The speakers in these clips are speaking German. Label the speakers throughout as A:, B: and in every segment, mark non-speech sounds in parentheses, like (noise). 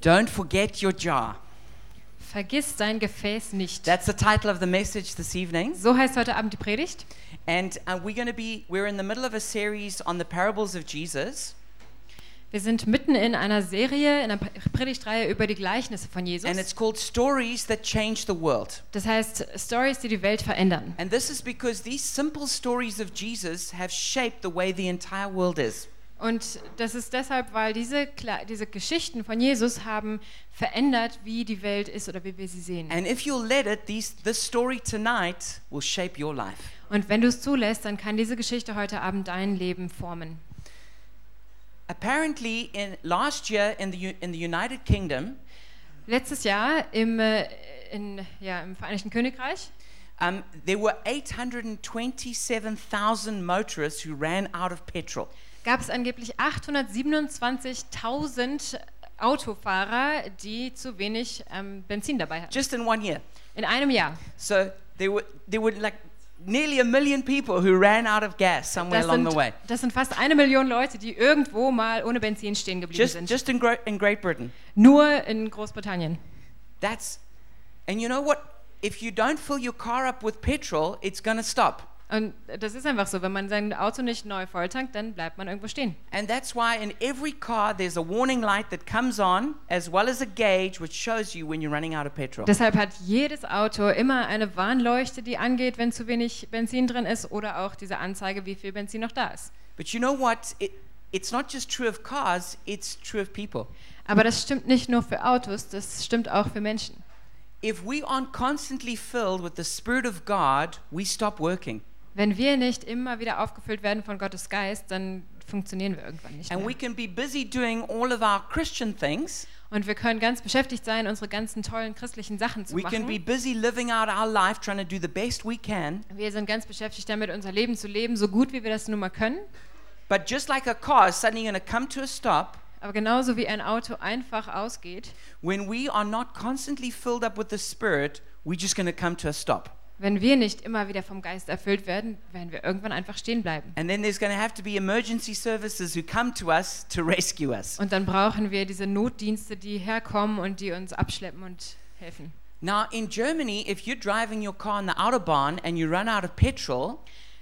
A: Don't forget your jar.
B: Vergiss dein Gefäß nicht.
A: That's the title of the message this evening.
B: So heißt heute Abend die Predigt.
A: And uh, we're going to be, we're in the middle of a series on the parables of Jesus.
B: Wir sind mitten in einer Serie, in einer Predigtreihe über die Gleichnisse von
A: And
B: Jesus.
A: it's called Stories That Change the World.
B: Das heißt, Stories, die die Welt verändern.
A: And this is because these simple stories of Jesus have shaped the way the entire world is.
B: Und das ist deshalb, weil diese, Kle- diese Geschichten von Jesus haben verändert, wie die Welt ist oder wie wir sie sehen.
A: And if you'll let it, these, this story tonight will shape your life.
B: Und wenn du es zulässt, dann kann diese Geschichte heute Abend dein Leben formen.
A: Apparently, in last year in the, U- in the United Kingdom,
B: Letztes Jahr im, äh, in, ja, im Vereinigten Königreich
A: um, there were 827,000 motorists who ran out of petrol.
B: gab es angeblich 827.000 Autofahrer, die zu wenig ähm, Benzin dabei hatten.
A: just in one year.
B: In einem Jahr.
A: So there were there were like nearly a million people who ran out of gas somewhere
B: Das
A: along
B: sind,
A: the way.
B: das sind fast eine Million Leute, die irgendwo mal ohne Benzin stehen geblieben
A: Just
B: sind.
A: just in, Gro- in Great Britain.
B: Nur in Großbritannien.
A: That's and you know what? If you don't fill your car up with petrol, it's going to stop.
B: Und das ist einfach so, wenn man sein Auto nicht neu volltankt, dann bleibt man irgendwo stehen.
A: And that's why in every car there's a warning light that comes on as well as a gauge which shows you when you're running out of petrol.
B: Deshalb hat jedes Auto immer eine Warnleuchte, die angeht, wenn zu wenig Benzin drin ist oder auch diese Anzeige, wie viel Benzin noch da ist.
A: But you know what? It, it's not just true of cars, it's true of people.
B: Aber das stimmt nicht nur für Autos, das stimmt auch für Menschen.
A: If we aren't constantly filled with the Spirit of God, we stop working.
B: Wenn wir nicht immer wieder aufgefüllt werden von Gottes Geist, dann funktionieren wir irgendwann nicht
A: And we
B: mehr.
A: can be busy doing all of our Christian things.
B: Und wir können ganz beschäftigt sein, unsere ganzen tollen christlichen Sachen zu
A: We can be
B: machen.
A: busy living out our life, trying to do the best we can.
B: Wir sind ganz beschäftigt damit, unser Leben zu leben, so gut wie wir das nun mal können.
A: But just like a car is suddenly going to come to a stop,
B: Aber genauso wie ein Auto einfach ausgeht,
A: when we are not constantly filled up with the Spirit, we're just going to come to a stop.
B: wenn wir nicht immer wieder vom Geist erfüllt werden, werden wir irgendwann einfach stehen bleiben.
A: And then there's going to have to be emergency services who come to us to (laughs) rescue us.
B: Und dann brauchen wir diese Notdienste, die herkommen und die uns abschleppen und helfen.
A: Now, in Germany, if you're driving your car on the Autobahn and you run out of petrol,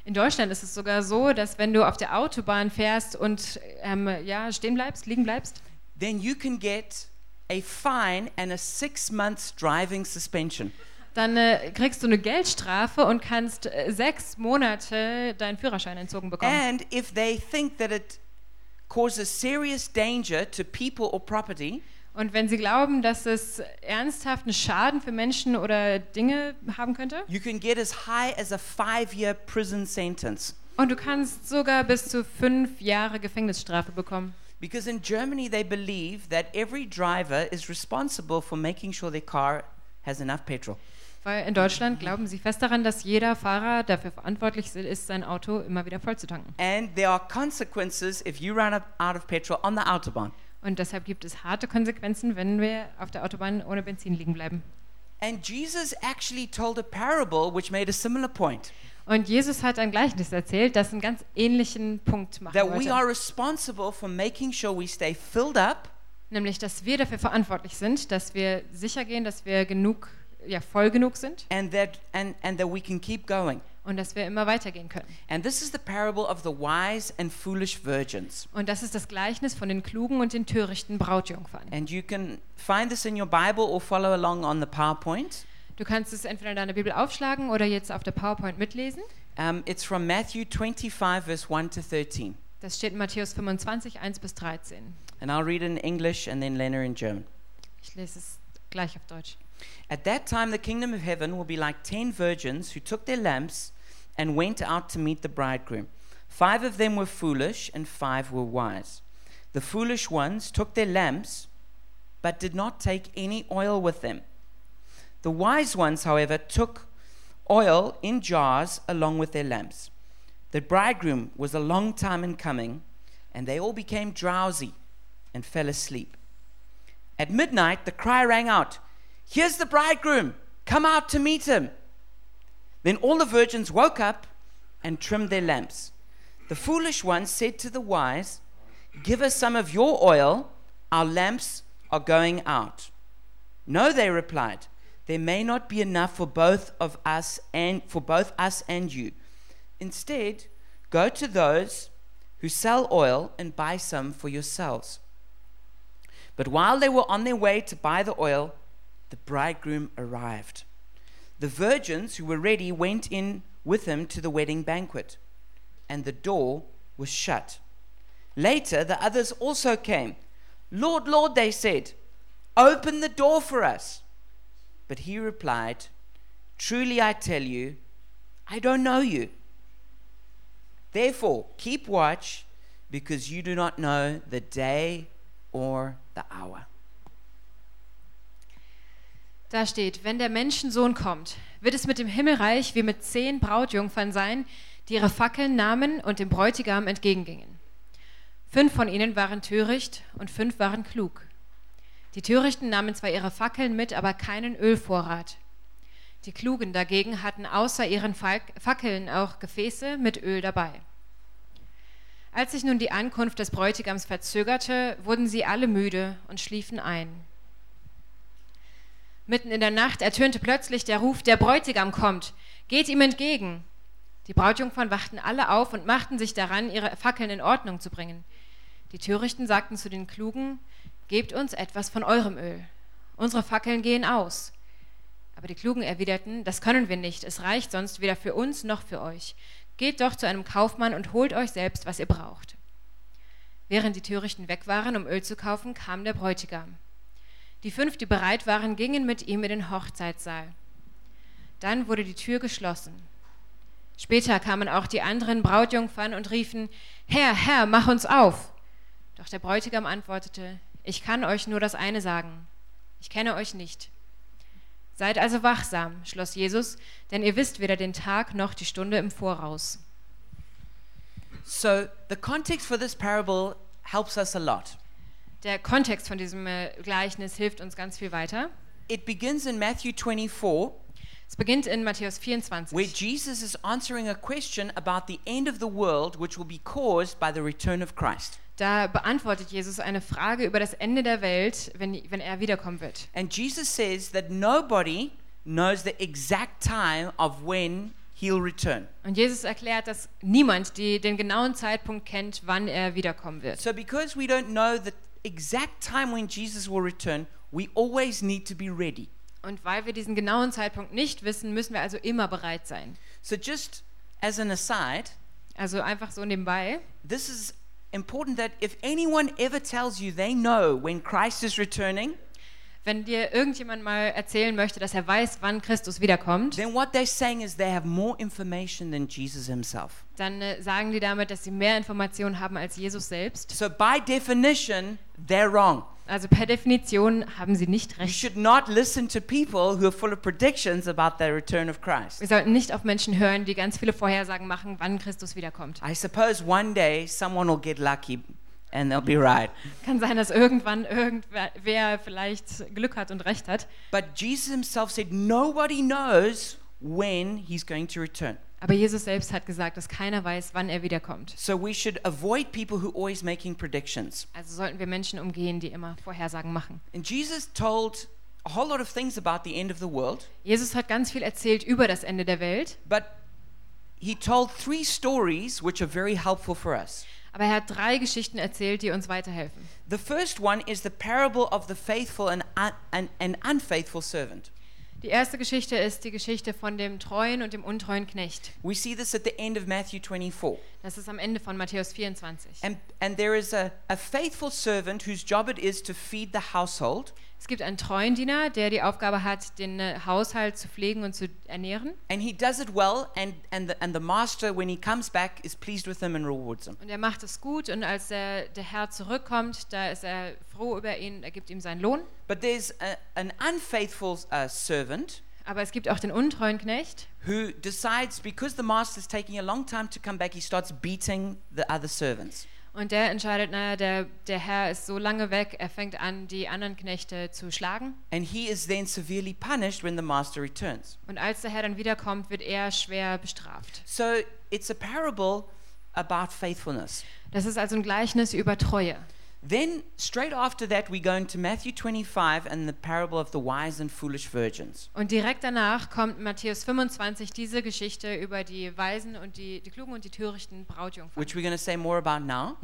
B: In Deutschland ist es sogar so, dass wenn du auf der Autobahn fährst und ähm, ja, stehen bleibst, liegen bleibst,
A: then you can get a fine and a six months driving suspension.
B: dann äh, kriegst du eine Geldstrafe und kannst äh, sechs Monate deinen Führerschein entzogen bekommen.
A: And if they think that it causes serious danger to people or property,
B: Und wenn sie glauben, dass es ernsthaft einen Schaden für Menschen oder Dinge haben könnte,
A: you can get as high as a five year prison sentence.
B: und du kannst sogar bis zu fünf Jahre Gefängnisstrafe bekommen.
A: Because in Germany, they believe that every driver is responsible for making sure their car has enough petrol.
B: Weil in Deutschland glauben sie fest daran, dass jeder Fahrer dafür verantwortlich ist, sein Auto immer wieder voll zu tanken.
A: And there are consequences if you run up- out of petrol on the Autobahn.
B: Und deshalb gibt es harte Konsequenzen, wenn wir auf der Autobahn ohne Benzin liegen bleiben.
A: And Jesus actually told a parable which made a similar point
B: Und Jesus hat ein Gleichnis erzählt, das einen ganz ähnlichen Punkt machen
A: that we
B: wollte.
A: are responsible for making sure we stay filled up
B: Nämlich, dass wir dafür verantwortlich sind, dass wir sicher gehen, dass wir genug, ja, voll genug sind
A: and that, and, and that we can keep going.
B: und dass wir immer weitergehen können.
A: And this is the parable of the wise and foolish virgins.
B: Und das ist das Gleichnis von den klugen und den törichten Brautjungfern.
A: And you can find this in your Bible or follow along on the PowerPoint.
B: Du kannst es entweder in deiner Bibel aufschlagen oder jetzt auf der PowerPoint mitlesen.
A: Um, it's from Matthew 25, verse 1 to 13.
B: Das steht in Matthäus 25, 1 bis 13.
A: And I'll read it in English and then later in German.
B: Ich lese es gleich auf Deutsch.
A: At that time, the kingdom of heaven will be like ten virgins who took their lamps and went out to meet the bridegroom. Five of them were foolish, and five were wise. The foolish ones took their lamps, but did not take any oil with them. The wise ones, however, took oil in jars along with their lamps. The bridegroom was a long time in coming, and they all became drowsy and fell asleep. At midnight, the cry rang out, Here's the bridegroom! Come out to meet him! Then all the virgins woke up and trimmed their lamps. The foolish ones said to the wise, Give us some of your oil, our lamps are going out. No, they replied, there may not be enough for both of us and for both us and you. Instead, go to those who sell oil and buy some for yourselves. But while they were on their way to buy the oil, the bridegroom arrived. The virgins who were ready went in with him to the wedding banquet, and the door was shut. Later, the others also came. Lord, Lord, they said, open the door for us. But he replied, Truly I tell you, I don't know you. Therefore, keep watch, because you do not know the day or the hour.
B: Da steht, wenn der Menschensohn kommt, wird es mit dem Himmelreich wie mit zehn Brautjungfern sein, die ihre Fackeln nahmen und dem Bräutigam entgegengingen. Fünf von ihnen waren töricht und fünf waren klug. Die Törichten nahmen zwar ihre Fackeln mit, aber keinen Ölvorrat. Die Klugen dagegen hatten außer ihren Falk- Fackeln auch Gefäße mit Öl dabei. Als sich nun die Ankunft des Bräutigams verzögerte, wurden sie alle müde und schliefen ein. Mitten in der Nacht ertönte plötzlich der Ruf, der Bräutigam kommt, geht ihm entgegen. Die Brautjungfern wachten alle auf und machten sich daran, ihre Fackeln in Ordnung zu bringen. Die Törichten sagten zu den Klugen, Gebt uns etwas von eurem Öl. Unsere Fackeln gehen aus. Aber die Klugen erwiderten, das können wir nicht, es reicht sonst weder für uns noch für euch. Geht doch zu einem Kaufmann und holt euch selbst, was ihr braucht. Während die Törichten weg waren, um Öl zu kaufen, kam der Bräutigam. Die fünf, die bereit waren, gingen mit ihm in den Hochzeitssaal. Dann wurde die Tür geschlossen. Später kamen auch die anderen Brautjungfern und riefen, Herr, Herr, mach uns auf. Doch der Bräutigam antwortete, ich kann euch nur das eine sagen. Ich kenne euch nicht. Seid also wachsam, schloss Jesus, denn ihr wisst weder den Tag noch die Stunde im Voraus.
A: So, the context for this parable helps us a lot.
B: Der Kontext von diesem äh, Gleichnis hilft uns ganz viel weiter.
A: It begins in Matthew 24,
B: Es beginnt in Matthäus
A: where
B: 24,
A: Jesus is answering a question about the end of the world, which will be caused by the return of Christ.
B: da beantwortet Jesus eine Frage über das Ende der Welt, wenn, wenn er wiederkommen wird.
A: And Jesus says that nobody knows the exact time of when he'll return.
B: Und Jesus erklärt, dass niemand die, den genauen Zeitpunkt kennt, wann er wiederkommen wird.
A: So, because we don't know the exact time when Jesus will return, we always need to be ready.
B: Und weil wir diesen genauen Zeitpunkt nicht wissen, müssen wir also immer bereit sein.
A: So, just as an aside,
B: Also einfach so nebenbei.
A: this is important that if anyone ever tells you they know when Christ is returning,
B: Wenn dir irgendjemand mal erzählen möchte, dass er weiß, wann Christus wiederkommt,
A: then what they're saying is they have more information than Jesus himself.
B: dann äh, sagen die damit, dass sie mehr Informationen haben als Jesus selbst.
A: So, by definition, they're wrong.
B: Also per Definition haben sie nicht
A: You
B: recht.
A: should not listen to people who are full of predictions about the return of Christ.
B: Wir sollten nicht auf Menschen hören, die ganz viele Vorhersagen machen, wann Christus wiederkommt.
A: I suppose one day someone will get lucky and they'll be right.
B: Kann sein, dass irgendwann irgendwer wer vielleicht Glück hat und recht hat.
A: But Jesus himself said nobody knows when he's going to return.
B: Aber Jesus selbst hat gesagt, dass keiner weiß, wann er wiederkommt.
A: So we should avoid people who are always making predictions.
B: Also sollten wir Menschen umgehen, die immer Vorhersagen machen.
A: And Jesus told a whole lot of things about the end of the world,
B: Jesus hat ganz viel erzählt über das Ende der Welt,
A: but he told three stories which are very helpful for us.
B: aber er hat drei Geschichten erzählt, die uns weiterhelfen.
A: The first one is the parable of the faithful and, un- and, and unfaithful servant.
B: Die erste Geschichte ist die Geschichte von dem treuen und dem untreuen Knecht.
A: We see this at the end of Matthew 24.
B: Das ist am Ende von Matthäus 24.
A: And, and there is a, a faithful servant whose job it is to feed the household,
B: Es gibt einen treuen Diener, der die Aufgabe hat, den äh, Haushalt zu pflegen und zu ernähren.
A: and he does it well, and, and, the, and the master, when he comes back, is pleased with him and rewards him.
B: Und er macht es gut und als der, der Herr zurückkommt, da ist er froh über ihn, er gibt ihm seinen Lohn.
A: But there's a, an unfaithful uh, servant
B: Aber es gibt auch den untreuen Knecht,
A: who decides, because the master's taking a long time to come back, he starts beating the other servants.
B: Und der entscheidet, naja, der, der Herr ist so lange weg, er fängt an, die anderen Knechte zu schlagen.
A: And he is then severely punished when the master returns.
B: Und als der Herr dann wiederkommt, wird er schwer bestraft.
A: So it's a parable about faithfulness.
B: Das ist also ein Gleichnis über Treue.
A: Then, straight after that, we go into Matthew 25 and the parable of the wise and foolish virgins.
B: Und direkt danach kommt Matthäus 25 diese Geschichte über die Weisen und die, die Klugen und die törichten Brautjungfern.
A: which we're going to say more about now.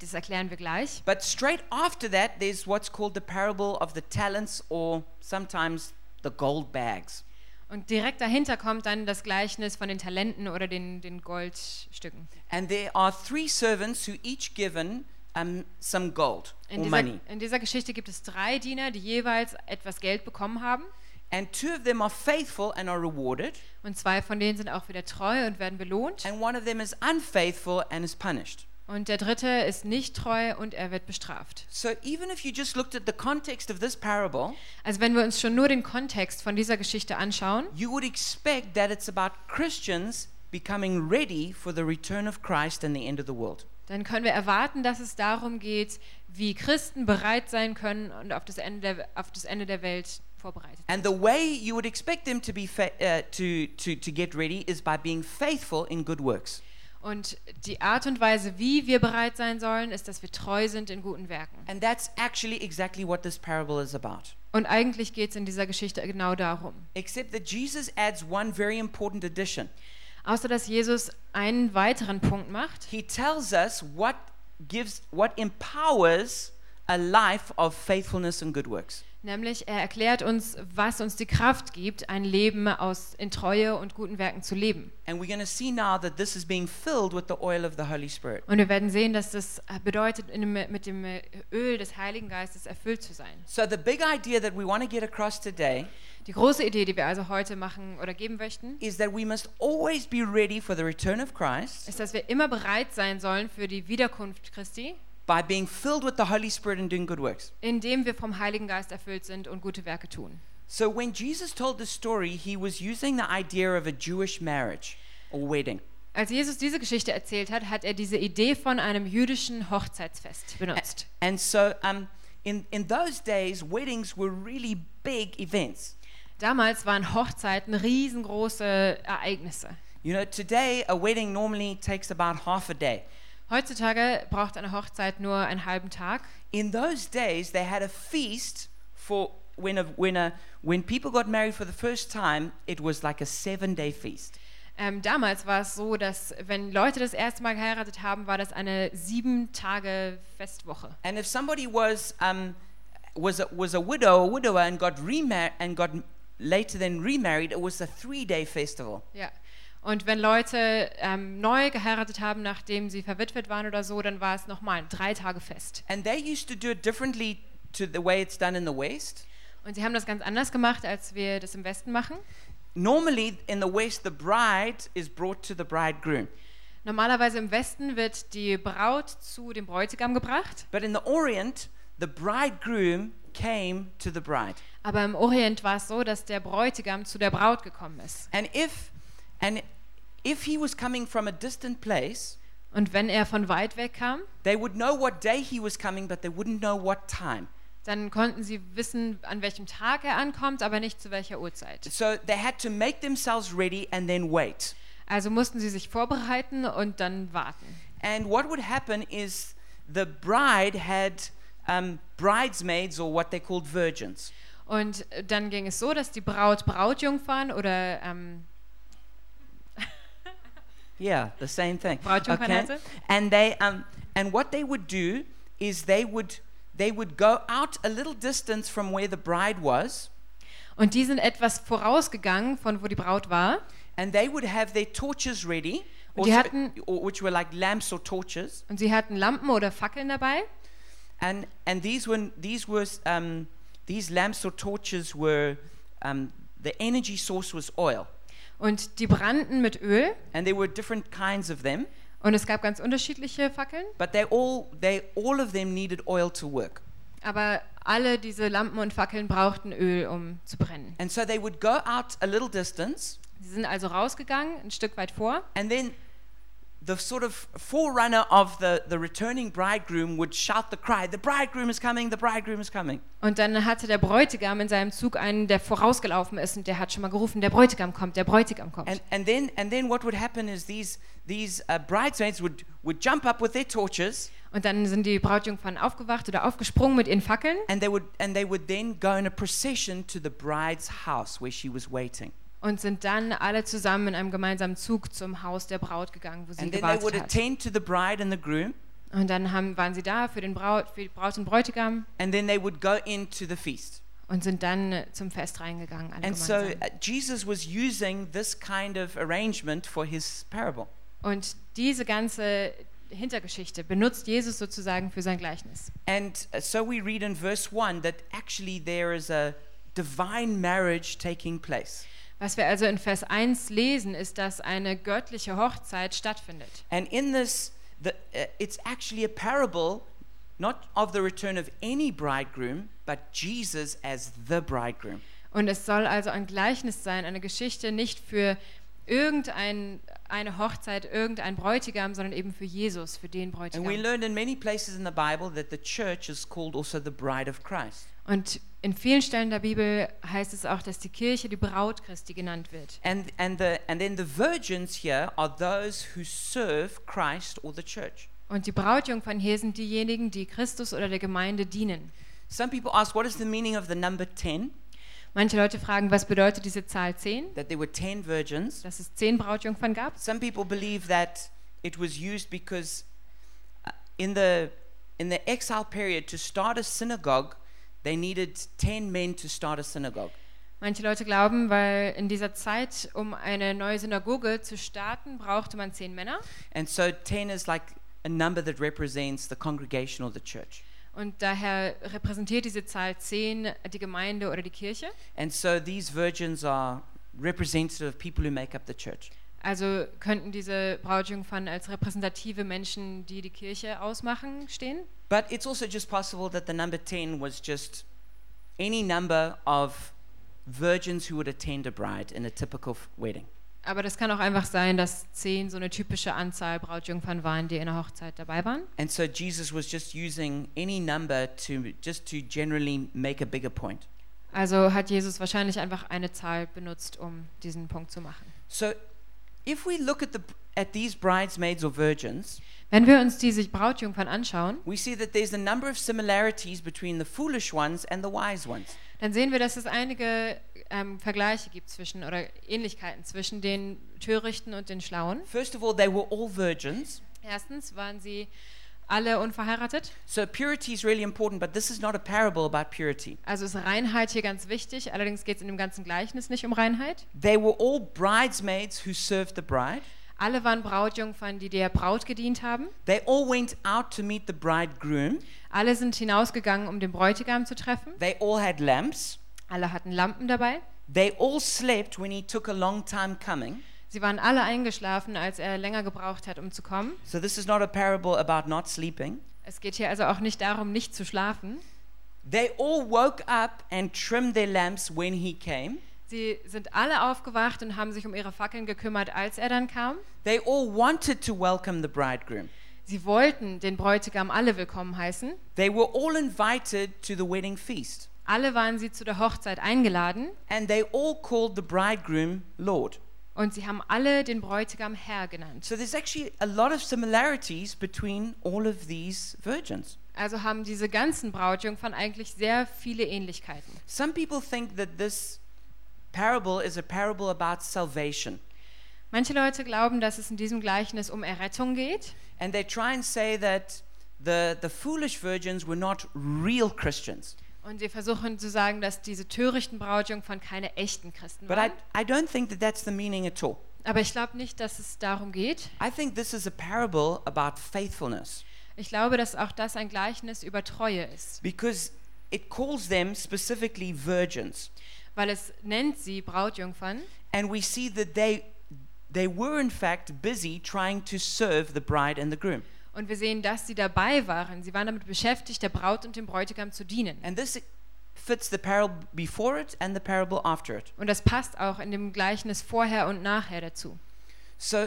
B: Das erklären wir gleich.
A: But straight after that, there's what's called the parable of the talents, or sometimes the gold bags.
B: Und direkt dahinter kommt dann das Gleichnis von den Talenten oder den, den Goldstücken.
A: And there are three servants who each given um, some gold
B: In
A: or
B: dieser,
A: money.
B: in dieser Geschichte gibt es drei Diener, die jeweils etwas Geld bekommen haben.
A: And two of them are faithful and are rewarded,
B: Und zwei von denen sind auch wieder treu und werden belohnt.
A: and one of them is unfaithful and is punished.
B: Und der dritte ist nicht treu und er wird bestraft.
A: So even if you just looked at the context of this parable,
B: Also wenn wir uns schon nur den Kontext von dieser Geschichte anschauen,
A: you would expect that it's about Christians becoming ready for the return of Christ and the end of the world.
B: dann können wir erwarten, dass es darum geht, wie Christen bereit sein können und auf das Ende der, auf das Ende der Welt vorbereitet. sind.
A: And the way you would expect them to be fa- uh, to, to, to get ready is by being faithful in good works.
B: Und die Art und Weise, wie wir bereit sein sollen, ist, dass wir treu sind in guten Werken.
A: And that's actually exactly what this parable is about.
B: Und eigentlich geht es in dieser Geschichte genau darum.
A: Except that Jesus adds one very important addition.
B: Außer dass Jesus einen weiteren Punkt macht.
A: He tells us what gives what empowers a life of faithfulness and good works.
B: Nämlich, er erklärt uns, was uns die Kraft gibt, ein Leben aus, in Treue und guten Werken zu leben.
A: And we're going to see now that this is being filled with the oil of the Holy Spirit.
B: Und wir werden sehen, dass das bedeutet, in dem, mit dem Öl des Heiligen Geistes erfüllt zu sein.
A: So the big idea that we want to get across today
B: Die große Idee, die wir also heute machen oder geben möchten,
A: is that we must always be ready for the return of Christ.
B: ist, dass wir immer bereit sein sollen für die Wiederkunft Christi,
A: by being filled with the Holy Spirit and doing good works.
B: indem wir vom Heiligen Geist erfüllt sind und gute Werke tun.
A: So when Jesus told this story, he was using the idea of a Jewish marriage or wedding.
B: Als Jesus diese Geschichte erzählt hat, hat er diese Idee von einem jüdischen Hochzeitsfest benutzt.
A: And so um, in, in those days, weddings were really big events.
B: Damals waren Hochzeiten riesengroße Ereignisse.
A: You know, today a wedding normally takes about half a day.
B: Heutzutage braucht eine Hochzeit nur einen halben Tag.
A: In those days, they had a feast for when, a, when, a, when people got married for the first time, it was like a seven day feast.
B: Ähm, damals war es so, dass wenn Leute das erste Mal geheiratet haben, war das eine sieben Tage Festwoche.
A: And if somebody was um, was a, was a widow, a widower, and got remar- and got m- later then remarried, it was a three-day festival.
B: Ja. Und wenn Leute ähm, neu geheiratet haben, nachdem sie verwitwet waren oder so, dann war es nochmal drei Tage Fest.
A: And they used to do it differently to the way it's done in the West.
B: Und sie haben das ganz anders gemacht, als wir das im Westen machen.
A: Normally, in the West, the bride is brought to the bridegroom,
B: Normalerweise im Westen wird die Braut zu dem Bräutigam gebracht,
A: but in the Orient, the bridegroom came to the bride.
B: aber im Orient war es so, dass der Bräutigam zu der Braut gekommen ist.
A: And if and if he was coming from a distant place,
B: Und wenn er von weit weg kam,
A: they would know what day he was coming, but they wouldn't know what time.
B: dann konnten sie wissen, an welchem Tag er ankommt, aber nicht zu welcher Uhrzeit.
A: So they had to make themselves ready and then wait.
B: Also mussten sie sich vorbereiten und dann warten.
A: And what would happen is the bride had um, bridesmaids or what they called virgins.
B: Und dann ging es so, dass die Braut Brautjungfern oder ähm,
A: Yeah, the same thing.
B: Brautjungfern also?
A: And they um, and what they would do is they would they would go out a little distance from where the bride was,
B: und die sind etwas vorausgegangen von wo die Braut war.
A: and they would have their torches ready, or,
B: Die
A: so-
B: hatten-
A: or- which were like lamps or torches,
B: Und sie hatten Lampen oder Fackeln dabei.
A: and and these were these were um, these lamps or torches were um, the energy source was oil.
B: Und die brannten mit Öl.
A: and there were different kinds of them
B: Und es gab ganz unterschiedliche Fackeln.
A: but they all they all of them needed oil to work
B: Aber alle diese Lampen und Fackeln brauchten Öl, um zu brennen.
A: and so they would go out a little distance
B: Sie sind also rausgegangen, ein Stück weit vor.
A: and then the sort of forerunner of the, the returning bridegroom would shout the cry, The bridegroom is coming, the bridegroom is coming.
B: Und dann hatte der Bräutigam in seinem Zug einen, der vorausgelaufen ist und der hat schon mal gerufen, der Bräutigam kommt, der Bräutigam kommt.
A: And, and, then, and then what would happen is these, these uh, bridesmaids would, would jump up with their torches
B: Und dann sind die Brautjungfern aufgewacht oder aufgesprungen mit ihren Fackeln
A: and they would, and they would then go in a procession to the bride's house where she was waiting.
B: und sind dann alle zusammen in einem gemeinsamen Zug zum Haus der Braut gegangen, wo sie
A: And then they would
B: gewartet hat.
A: attend to the bride and the groom
B: Und dann haben, waren sie da für den Braut, für die Braut und Bräutigam
A: and then they would go into the feast.
B: und sind dann äh, zum Fest reingegangen. Alle
A: And so
B: gemeinsam.
A: uh, Jesus was using this kind of arrangement for his parable.
B: Und diese ganze Hintergeschichte benutzt Jesus sozusagen für sein Gleichnis.
A: And uh, so we read in verse 1 that actually there is a divine marriage taking place.
B: Was wir also in Vers 1 lesen, ist, dass eine göttliche Hochzeit stattfindet.
A: And in this, the, uh, it's actually a parable not of the return of any bridegroom, but Jesus as the bridegroom.
B: Und es soll also ein Gleichnis sein, eine Geschichte nicht für irgendein eine Hochzeit, irgendein Bräutigam, sondern eben für Jesus, für den
A: And we
B: Bräutigam.
A: learn in many places in the Bible that the church is called also the bride of Christ.
B: Und in vielen Stellen der Bibel heißt es auch, dass die Kirche die Braut Christi genannt wird.
A: And, and, the, and then the virgins here are those who serve Christ or the church.
B: Und die Brautjungfern hier sind diejenigen, die Christus oder der Gemeinde dienen.
A: Some people ask, what is the meaning of the number 10?
B: Manche Leute fragen, was bedeutet diese Zahl 10?
A: That there were 10 virgins.
B: Dass es zehn Brautjungfern gab.
A: Some people believe that it was used because uh, in the in the exile period to start a synagogue, they needed 10 men to start a synagogue.
B: Manche Leute glauben, weil in dieser Zeit, um eine neue Synagoge zu starten, brauchte man zehn Männer.
A: And so 10 is like a number that represents the congregation or the church.
B: Und daher repräsentiert diese Zahl 10 die Gemeinde oder die Kirche.
A: And so these virgins are representative of people who make up the church.
B: Also könnten diese Brautjungfern als repräsentative Menschen, die die Kirche ausmachen, stehen.
A: But it's also just possible that the number 10 was just any number of virgins who would attend a bride in a typical f- wedding.
B: Aber das kann auch einfach sein, dass 10 so eine typische Anzahl Brautjungfern waren, die in der Hochzeit dabei waren.
A: And so Jesus was just using any number to just to generally make a bigger point.
B: Also hat Jesus wahrscheinlich einfach eine Zahl benutzt, um diesen Punkt zu machen.
A: So if we look at the at these bridesmaids or virgins,
B: Wenn wir uns diese Brautjungfern anschauen,
A: we see that there's a number of similarities between the foolish ones and the wise ones.
B: dann sehen wir, dass es einige ähm, Vergleiche gibt zwischen oder Ähnlichkeiten zwischen den Törichten und den Schlauen.
A: First of all, they were all virgins.
B: Erstens waren sie alle unverheiratet.
A: So purity is really important, but this is not a parable about purity.
B: Also ist Reinheit hier ganz wichtig. Allerdings geht es in dem ganzen Gleichnis nicht um Reinheit.
A: They were all bridesmaids who served the bride.
B: Alle waren Brautjungfern, die der Braut gedient haben.
A: They all went out to meet the bridegroom.
B: Alle sind hinausgegangen, um den Bräutigam zu treffen.
A: They all had lamps.
B: Alle hatten Lampen dabei.
A: They all slept when he took a long time coming.
B: Sie waren alle eingeschlafen, als er länger gebraucht hat, um zu kommen.
A: So this is not a parable about not sleeping.
B: Es geht hier also auch nicht darum, nicht zu schlafen.
A: They all woke up and trimmed their lamps when he came.
B: Sie sind alle aufgewacht und haben sich um ihre Fackeln gekümmert, als er dann kam.
A: They all wanted to welcome the bridegroom.
B: Sie wollten den Bräutigam alle willkommen heißen.
A: They were all invited to the wedding feast,
B: Alle waren sie zu der Hochzeit eingeladen
A: and they all called the bridegroom Lord.
B: und sie haben alle den Bräutigam Herr genannt.
A: So there's actually a lot of similarities between all of these virgins.
B: Also haben diese ganzen Brautjungfern eigentlich sehr viele Ähnlichkeiten.
A: Some people think that this parable is a parable about salvation,
B: Manche Leute glauben, dass es in diesem Gleichnis um Errettung geht
A: and they try and say that the, the foolish virgins were not real Christians.
B: und sie versuchen zu sagen, dass diese törichten Brautjungfern keine echten Christen
A: But I,
B: waren.
A: I don't think that that's the meaning at all.
B: Aber ich glaube nicht, dass es darum geht.
A: I think this is a parable about faithfulness
B: Ich glaube, dass auch das ein Gleichnis über Treue ist,
A: because it calls them specifically virgins.
B: weil es nennt sie Brautjungfern
A: And we see that they, they were, in fact, busy trying to serve the bride and the groom.
B: und wir sehen, dass sie dabei waren. Sie waren damit beschäftigt, der Braut und dem Bräutigam zu dienen.
A: And this fits the parable before it and the parable after it.
B: Und das passt auch in dem Gleichnis vorher und nachher dazu.
A: So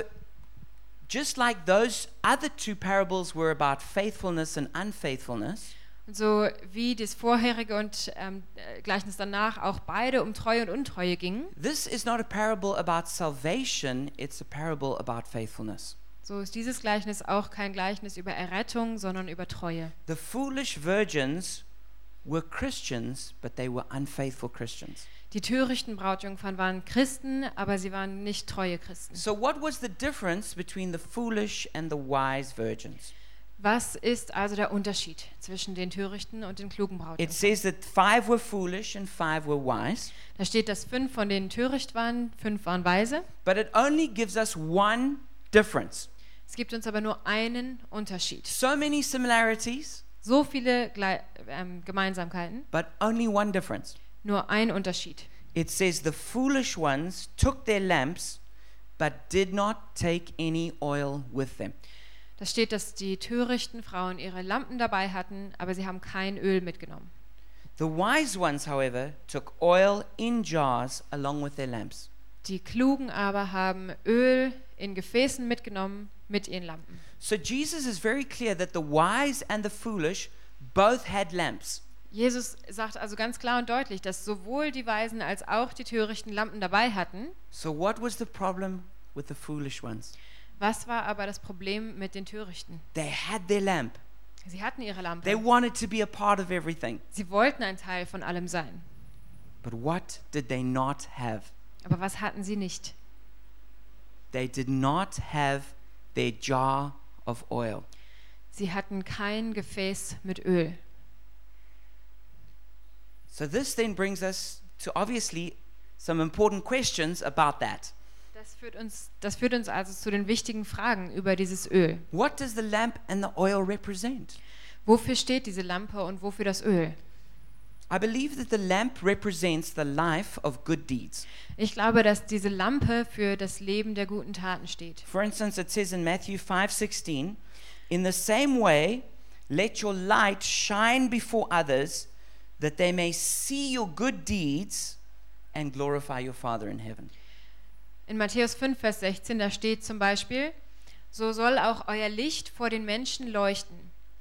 A: Just like those other two parables were about faithfulness and unfaithfulness,
B: Und so wie das vorherige und ähm, äh, Gleichnis danach auch beide um Treue und Untreue gingen,
A: this is not a parable about salvation, it's a parable about faithfulness.
B: so ist dieses Gleichnis auch kein Gleichnis über Errettung, sondern über Treue.
A: The foolish virgins were Christians, but they were unfaithful Christians.
B: Die törichten Brautjungfern waren Christen, aber sie waren nicht treue Christen.
A: So, what was the difference between the foolish and the wise virgins?
B: Was ist also der Unterschied zwischen den törichten und den klugen
A: It
B: Brautjungfern?
A: says that five were foolish and five were wise,
B: Da steht, dass fünf von denen töricht waren, fünf waren weise.
A: but it only gives us one difference.
B: Es gibt uns aber nur einen Unterschied.
A: So many similarities,
B: So viele Gle ähm, Gemeinsamkeiten,
A: but only one difference.
B: nur ein Unterschied.
A: It says the foolish ones took their lamps, but did not take any oil with them.
B: Da steht, dass die törichten Frauen ihre Lampen dabei hatten, aber sie haben kein Öl mitgenommen.
A: The wise ones, however, took oil in jars along with their lamps.
B: Die Klugen aber haben Öl in Gefäßen mitgenommen mit ihren Lampen.
A: So Jesus is very clear that the wise and the foolish both had lamps.
B: Jesus sagt also ganz klar und deutlich, dass sowohl die Weisen als auch die törichten Lampen dabei hatten.
A: So what was the problem with the foolish ones?
B: Was war aber das Problem mit den törichten?
A: They had their lamp.
B: Sie hatten ihre
A: They
B: Lampe.
A: wanted to be a part of everything.
B: Sie wollten ein Teil von allem sein.
A: But what did they not have?
B: Aber was hatten sie nicht?
A: They did not have their jar of oil.
B: Sie hatten kein Gefäß mit Öl.
A: So this then brings us to obviously some important questions about that.
B: Das führt uns, das führt uns also zu den wichtigen Fragen über dieses Öl.
A: What does the lamp and the oil represent?
B: Wofür steht diese Lampe und wofür das Öl?
A: I believe that the lamp represents the life of good deeds.
B: Ich glaube, dass diese Lampe für das Leben der guten Taten steht.
A: For instance, it says in Matthew 5:16, "In the same way, let your light shine before others, that they may see your good deeds and glorify your Father in heaven."
B: In Matthäus 5, Vers 16, da steht zum Beispiel, so soll auch euer Licht vor den Menschen leuchten.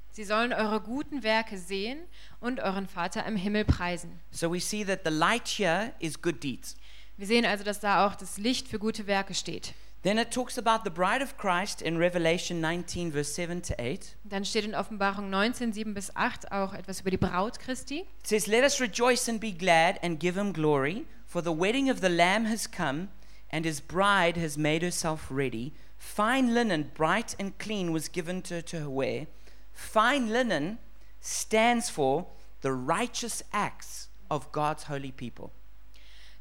B: Sie sollen eure guten Werke sehen und euren Vater im Himmel preisen.
A: So we see that the light here is good deeds.
B: Wir sehen also, dass da auch das Licht für gute Werke steht.
A: Then it talks about the bride of Christ in Revelation 19 verse 7 to 8.
B: Dann steht in Offenbarung 19, 7 bis 8 auch etwas über die Braut Christi.
A: It says, Let us rejoice and be glad and give him glory, for the wedding of the Lamb has come, and his bride has made herself ready. Fine linen, bright and clean, was given to her to wear. Fine linen stands for the righteous acts of God's holy people.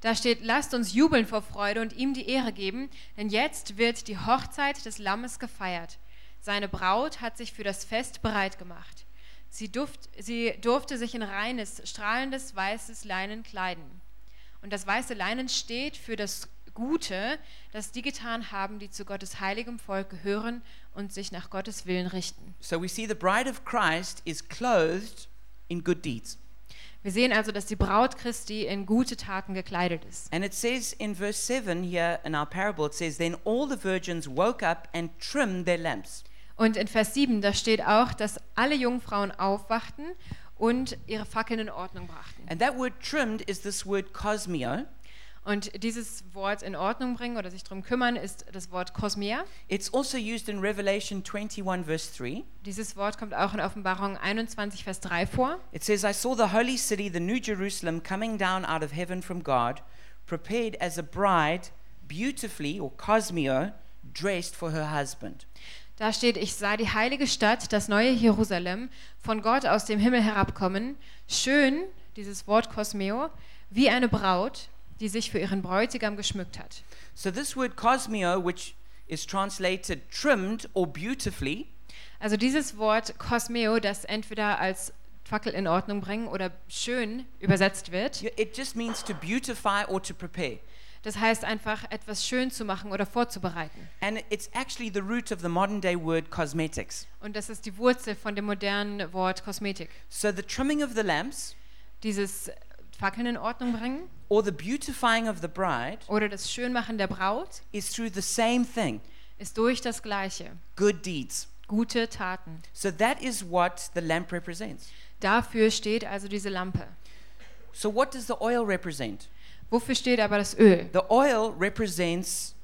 B: Da steht, lasst uns jubeln vor Freude und ihm die Ehre geben, denn jetzt wird die Hochzeit des Lammes gefeiert. Seine Braut hat sich für das Fest bereit gemacht. Sie, duft, sie durfte sich in reines, strahlendes, weißes Leinen kleiden. Und das weiße Leinen steht für das Gute, das die getan haben, die zu Gottes heiligem Volk gehören und sich nach Gottes Willen richten.
A: So we see the bride of Christ is clothed in good deeds.
B: Wir sehen also, dass die Braut Christi in gute Taten gekleidet ist.
A: And it says in verse 7 here in our parable, it says, Then all the virgins woke up and trimmed their lamps.
B: Und in Vers 7, da steht auch, dass alle Jungfrauen aufwachten und ihre Fackeln in Ordnung brachten.
A: And that word trimmed is this word cosmio.
B: Und dieses Wort in Ordnung bringen oder sich darum kümmern ist das Wort Kosmia.
A: It's also used in Revelation 21, verse 3.
B: Dieses Wort kommt auch in Offenbarung 21, Vers 3 vor.
A: It says, I saw the holy city, the new Jerusalem, coming down out of heaven from God, prepared as a bride, beautifully, or cosmio, dressed for her husband.
B: Da steht, ich sah die heilige Stadt, das neue Jerusalem, von Gott aus dem Himmel herabkommen. Schön, dieses Wort Kosmeo, wie eine Braut, die sich für ihren Bräutigam geschmückt hat.
A: So, this word cosmio, which is translated trimmed or beautifully,
B: Also dieses Wort Kosmeo, das entweder als Fackel in Ordnung bringen oder schön übersetzt wird,
A: y- it just means to beautify or to prepare.
B: das heißt einfach etwas schön zu machen oder vorzubereiten.
A: And it's actually the root of the modern day word cosmetics.
B: Und das ist die Wurzel von dem modernen Wort Kosmetik.
A: So, the trimming of the lamps
B: Dieses Fackeln in Ordnung bringen
A: or the beautifying of the bride
B: oder das Schönmachen der Braut
A: is through the same thing.
B: ist durch das Gleiche.
A: good deeds.
B: Gute Taten.
A: So that is what the lamp represents.
B: Dafür steht also diese Lampe.
A: So what does the oil represent?
B: Wofür steht aber das Öl?
A: The oil represents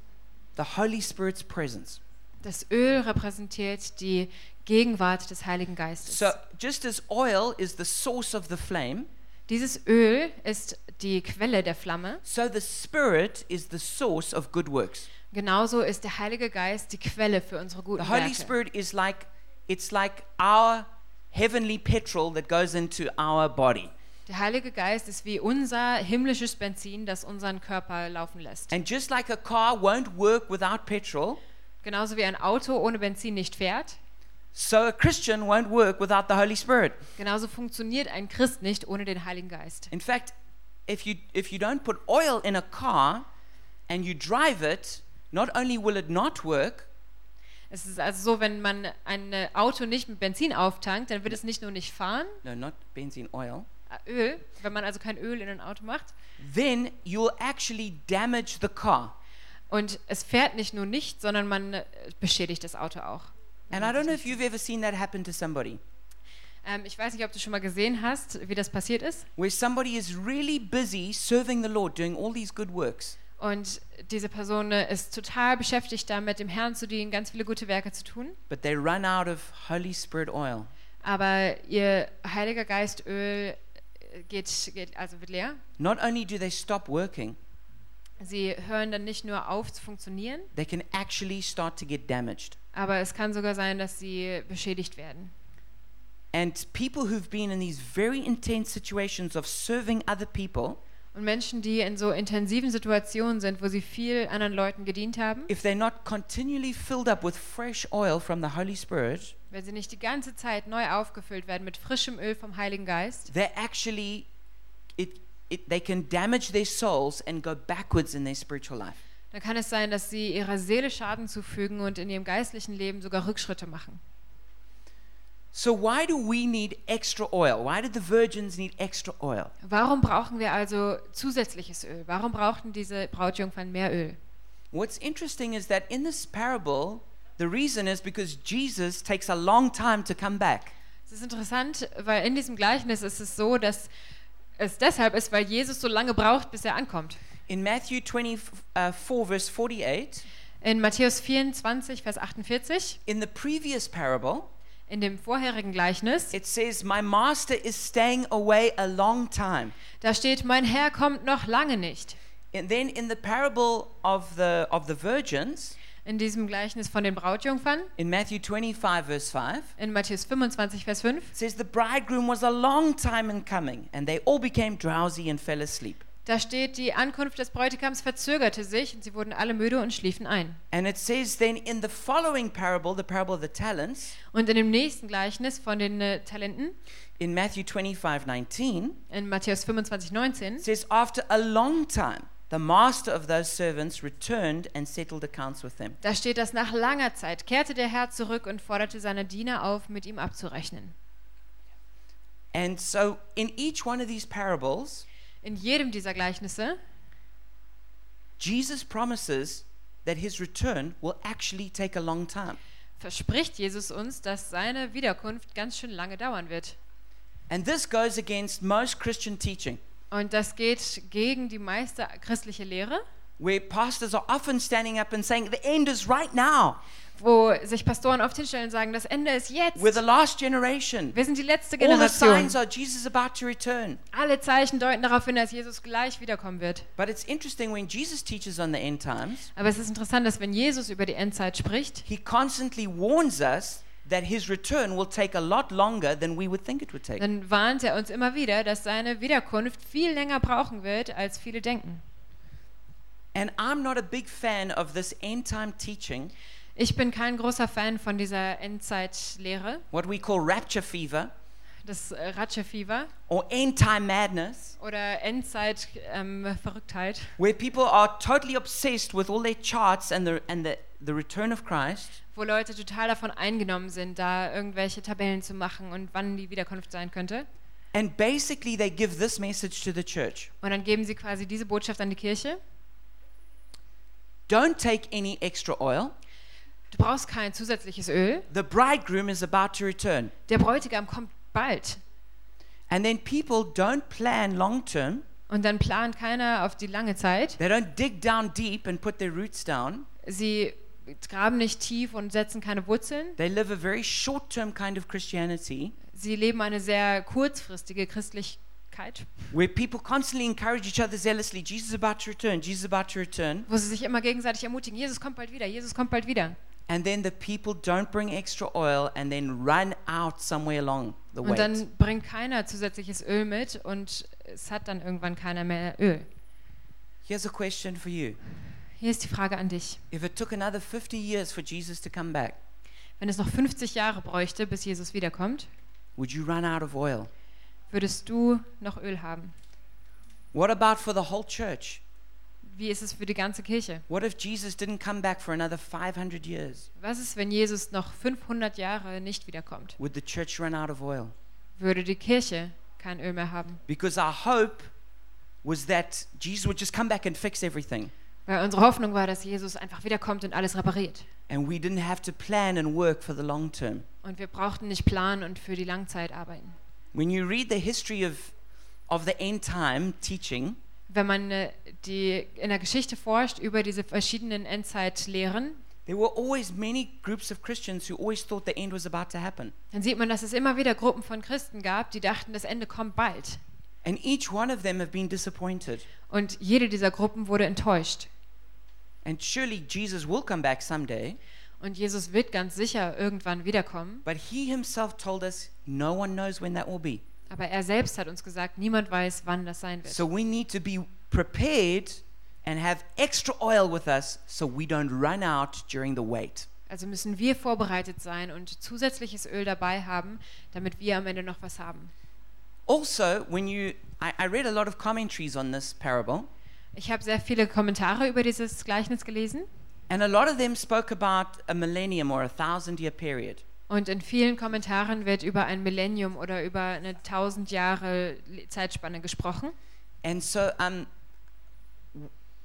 A: the Holy Spirit's presence.
B: Das Öl repräsentiert die Gegenwart des Heiligen Geistes.
A: So just as oil is the source of the flame,
B: Dieses Öl ist die Quelle der Flamme.
A: so the Spirit is the source of good works.
B: Genauso ist der Heilige Geist die Quelle für unsere
A: The
B: guten
A: Holy
B: Werke.
A: Spirit is like it's like our heavenly petrol that goes into our body.
B: Der Heilige Geist ist wie unser himmlisches Benzin, das unseren Körper laufen lässt.
A: And just like a car won't work without petrol,
B: Genauso wie ein Auto ohne Benzin nicht fährt,
A: so a Christian won't work without the Holy Spirit.
B: genauso funktioniert ein Christ nicht ohne den Heiligen Geist.
A: In fact, if you if you don't put oil in a car and you drive it, not only will it not work,
B: Es ist also so, wenn man ein äh, Auto nicht mit Benzin auftankt, dann wird es nicht nur nicht fahren,
A: no, not benzene oil,
B: äh, Öl, wenn man also kein Öl in ein Auto macht,
A: then you'll actually damage the car.
B: und es fährt nicht nur nicht, sondern man äh, beschädigt das Auto auch.
A: And I don't know if you've ever seen that happen to somebody,
B: Ähm, ich weiß nicht, ob du schon mal gesehen hast, wie das passiert ist.
A: where somebody is really busy serving the Lord, doing all these good works,
B: Und diese Person äh, ist total beschäftigt damit, dem Herrn zu dienen, ganz viele gute Werke zu tun.
A: but they run out of Holy Spirit oil.
B: Aber ihr Heiliger Geistöl äh, geht, geht also wird leer.
A: Not only do they stop working,
B: Sie hören dann nicht nur auf zu funktionieren,
A: they can actually start to get damaged.
B: aber es kann sogar sein, dass sie beschädigt werden.
A: And people who've been in these very intense situations of serving other people,
B: Und Menschen, die in so intensiven Situationen sind, wo sie viel anderen Leuten gedient haben,
A: if they're not continually filled up with fresh oil from the Holy Spirit,
B: wenn sie nicht die ganze Zeit neu aufgefüllt werden mit frischem Öl vom Heiligen Geist,
A: they actually it, it they can damage their souls and go backwards in their spiritual life.
B: dann kann es sein, dass sie ihrer Seele Schaden zufügen und in ihrem geistlichen Leben sogar Rückschritte machen.
A: So why do we need extra oil? Why did the virgins need extra oil?
B: Warum brauchen wir also zusätzliches Öl? Warum brauchten diese Brautjungfern mehr Öl?
A: What's interesting is that in this parable, the reason is because Jesus takes a long time to come back.
B: Es ist interessant, weil in diesem Gleichnis ist es so, dass es deshalb ist, weil Jesus so lange braucht, bis er ankommt.
A: In Matthew 24 verse 48,
B: In Matthäus 24, Vers 48,
A: in the previous parable,
B: in dem vorherigen Gleichnis,
A: it says, "My master is staying away a long time."
B: da steht, mein Herr kommt noch lange nicht.
A: And then in the parable of the of the virgins
B: In diesem Gleichnis von den Brautjungfern,
A: in Matthew 25 verse 5
B: in Matthäus 25, Vers 5,
A: it says the bridegroom was a long time in coming and they all became drowsy and fell asleep.
B: da steht, die Ankunft des Bräutigams verzögerte sich und sie wurden alle müde und schliefen ein.
A: And it says then in the following parable, the parable of the talents
B: Und in dem nächsten Gleichnis von den äh, Talenten,
A: in Matthew 25:19
B: in Matthäus 25, 19,
A: it says after a long time the master of those servants returned and settled accounts with them.
B: Da steht, dass nach langer Zeit kehrte der Herr zurück und forderte seine Diener auf, mit ihm abzurechnen.
A: And so in each one of these parables
B: In jedem dieser Gleichnisse,
A: Jesus promises that his return will actually take a long time.
B: verspricht Jesus uns, dass seine Wiederkunft ganz schön lange dauern wird.
A: And this goes against most Christian teaching,
B: Und das geht gegen die meiste christliche Lehre,
A: where pastors are often standing up and saying, The end is right now.
B: wo sich Pastoren oft hinstellen und sagen, das Ende ist jetzt.
A: We're the last generation.
B: Wir sind die letzte
A: All the signs
B: Generation.
A: are Jesus is about to return.
B: Alle Zeichen deuten darauf hin, dass Jesus gleich wiederkommen wird.
A: But it's interesting when Jesus teaches on the end times,
B: Aber es ist interessant, dass wenn Jesus über die Endzeit spricht,
A: he constantly warns us that his return will take a lot longer than we would think it would take.
B: dann warnt er uns immer wieder, dass seine Wiederkunft viel länger brauchen wird, als viele denken.
A: And I'm not a big fan of this end time teaching,
B: Ich bin kein großer Fan von dieser Endzeitlehre,
A: what we call rapture fever
B: das äh, Ratschefieber
A: or end time madness.
B: oder ähm, Endzeit-Verrücktheit,
A: where people are totally obsessed with all their charts and the and the, the return of Christ,
B: wo Leute total davon eingenommen sind, da irgendwelche Tabellen zu machen und wann die Wiederkunft sein könnte.
A: and basically they give this message to the church:
B: Und dann geben sie quasi diese Botschaft an die Kirche.
A: Don't take any extra oil.
B: Du brauchst kein zusätzliches Öl.
A: The bridegroom is about to return.
B: Der Bräutigam kommt bald.
A: And then people don't plan long term.
B: Und dann plant keiner auf die lange Zeit.
A: They don't dig down deep and put their roots down.
B: Sie graben nicht tief und setzen keine Wurzeln.
A: They live a very short term kind of Christianity
B: Sie leben eine sehr kurzfristige Christlichkeit,
A: where people constantly encourage each other zealously. Jesus is about to return. Jesus is about to return.
B: wo sie sich immer gegenseitig ermutigen, Jesus kommt bald wieder, Jesus kommt bald wieder.
A: And then the people don't bring extra oil and then run out somewhere along the way.
B: Und dann bringt keiner zusätzliches Öl mit und es hat dann irgendwann keiner mehr Öl.
A: Here's a question for you.
B: Hier ist die Frage an dich.
A: If it took another 50 years for Jesus to come back,
B: Wenn es noch 50 Jahre bräuchte, bis Jesus wiederkommt,
A: would you run out of oil?
B: würdest du noch Öl haben?
A: What about for the whole church?
B: Wie ist es für die ganze Kirche?
A: What if Jesus didn't come back for another 500 years?
B: Was ist, wenn Jesus noch 500 Jahre nicht wiederkommt?
A: Would the church run out of oil?
B: Würde die Kirche kein Öl mehr haben?
A: Because our hope was that Jesus would just come back and fix everything.
B: Weil unsere Hoffnung war, dass Jesus einfach wiederkommt und alles repariert.
A: And we didn't have to plan and work for the long term.
B: Und wir brauchten nicht planen und für die Langzeit arbeiten.
A: When you read the history of, of the end time teaching,
B: Wenn man äh, die in der Geschichte forscht über diese verschiedenen Endzeitlehren,
A: there were always many groups of Christians who always thought the end was about to happen.
B: dann sieht man, dass es immer wieder Gruppen von Christen gab, die dachten, das Ende kommt bald.
A: And each one of them have been disappointed.
B: Und jede dieser Gruppen wurde enttäuscht.
A: And surely Jesus will come back someday.
B: Und Jesus wird ganz sicher irgendwann wiederkommen.
A: But he himself told us no one knows when that will be.
B: Aber er selbst hat uns gesagt, niemand weiß, wann das sein wird.
A: So we need to be prepared and have extra oil with us so we don't run out during the wait.
B: Also müssen wir vorbereitet sein und zusätzliches Öl dabei haben, damit wir am Ende noch was haben.
A: Also, when you, I, I read a lot of commentaries on this parable,
B: Ich habe sehr viele Kommentare über dieses Gleichnis gelesen
A: and a lot of them spoke about a millennium or a thousand year period.
B: und in vielen Kommentaren wird über ein Millennium oder über eine 1000 Jahre Le- Zeitspanne gesprochen.
A: And so um,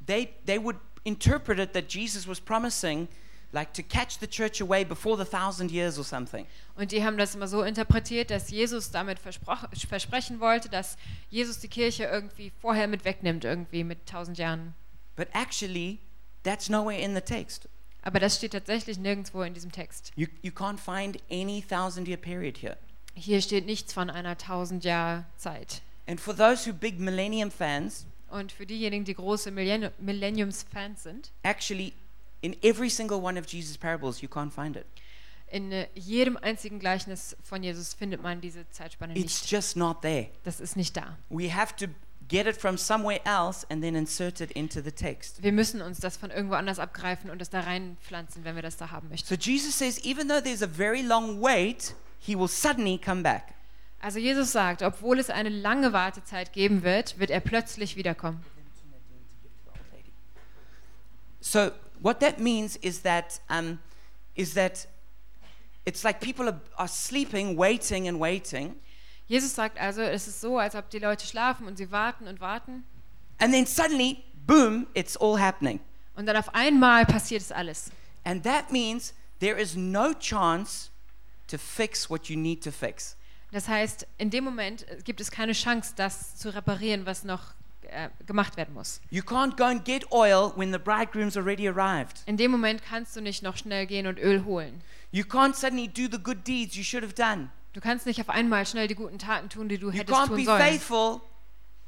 A: they, they would interpret it that Jesus was promising, like, to catch the church away before the thousand years or something.
B: Und die haben das immer so interpretiert, dass Jesus damit versprochen- versprechen wollte, dass Jesus die Kirche irgendwie vorher mit wegnimmt, irgendwie mit 1000 Jahren.
A: But actually, that's nowhere in the text.
B: Aber das steht tatsächlich nirgendwo in diesem Text.
A: You, you can't find any thousand year period here.
B: Hier steht nichts von einer 1000 Jahr Zeit.
A: And for those who big millennium fans,
B: Und für diejenigen, die große Millennium Millenniums-Fans sind,
A: actually, in every single one of Jesus' parables, you can't find it.
B: in äh, jedem einzigen Gleichnis von Jesus findet man diese Zeitspanne
A: It's
B: nicht.
A: just not there.
B: Das ist nicht da.
A: We have to get it from somewhere else and then insert it into the text.
B: Wir müssen uns das von irgendwo anders abgreifen und es da reinpflanzen, wenn wir das da haben möchten.
A: So Jesus says, even though there's a very long wait, he will suddenly come back.
B: Also Jesus sagt, obwohl es eine lange Wartezeit geben wird, wird er plötzlich wiederkommen.
A: So what that means is that um, is that it's like people are, are sleeping, waiting and waiting,
B: Jesus sagt also, es ist so, als ob die Leute schlafen und sie warten und warten
A: and then suddenly, boom, it's all happening.
B: und dann auf einmal passiert es alles.
A: And that means there is no chance to fix what you need to fix.
B: Das heißt, in dem Moment äh, gibt es keine Chance, das zu reparieren, was noch äh, gemacht werden muss.
A: You can't go and get oil when the bridegroom's already arrived.
B: In dem Moment kannst du nicht noch schnell gehen und Öl holen.
A: You can't suddenly do the good deeds you should have done.
B: Du kannst nicht auf einmal schnell die guten Taten tun, die du
A: You
B: hättest
A: can't
B: tun
A: be
B: sollen.
A: faithful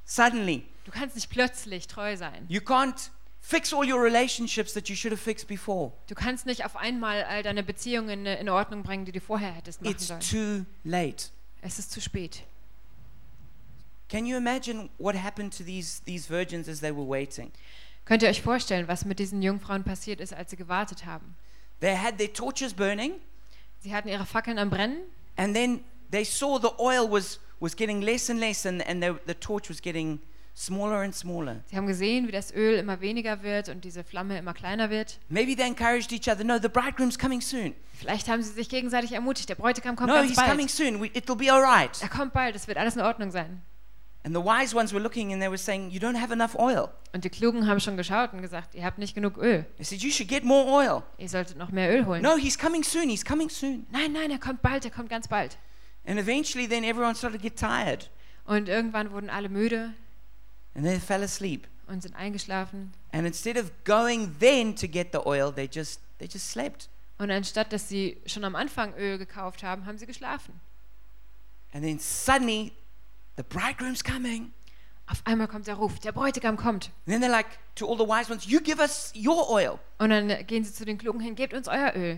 A: suddenly.
B: Du kannst nicht plötzlich treu sein.
A: You can't fix all your relationships that you should have fixed before.
B: Du kannst nicht auf einmal all deine Beziehungen in Ordnung bringen, die du vorher hättest machen
A: It's
B: sollen.
A: too late.
B: Es ist zu spät.
A: Can you imagine what happened to these, these virgins as they were waiting?
B: Könnt ihr euch vorstellen, was mit diesen Jungfrauen passiert ist, als sie gewartet haben?
A: They had their torches burning,
B: Sie hatten ihre Fackeln am Brennen
A: and then they saw the oil was, was getting less and less, and, and the, the torch was getting smaller and smaller.
B: Sie haben gesehen, wie das Öl immer weniger wird und diese Flamme immer kleiner wird.
A: Maybe they encouraged each other. No, the bridegroom's coming soon.
B: Vielleicht haben sie sich gegenseitig ermutigt. Der Bräutigam kommt
A: No,
B: ganz
A: he's
B: bald.
A: coming soon. We, it'll be all right.
B: Er kommt bald. Es wird alles in Ordnung sein.
A: And the wise ones were looking and they were saying, You don't have enough oil.
B: Und die Klugen haben schon geschaut und gesagt, ihr habt nicht genug Öl.
A: They said, You should get more oil.
B: Ihr solltet noch mehr Öl holen.
A: No, he's coming soon. He's coming soon.
B: Nein, nein, er kommt bald, er kommt ganz bald.
A: And eventually, then everyone started to get tired
B: Und irgendwann wurden alle müde
A: and they fell asleep.
B: und sind eingeschlafen.
A: And instead of going then to get the oil, they just, they just slept.
B: Und anstatt, dass sie schon am Anfang Öl gekauft haben, haben sie geschlafen.
A: And then suddenly, the bridegroom's coming.
B: Auf einmal kommt der Ruf, der Bräutigam kommt.
A: And then they're like to all the wise ones, You give us your oil.
B: Und dann gehen sie zu den Klugen hin, gebt uns euer Öl.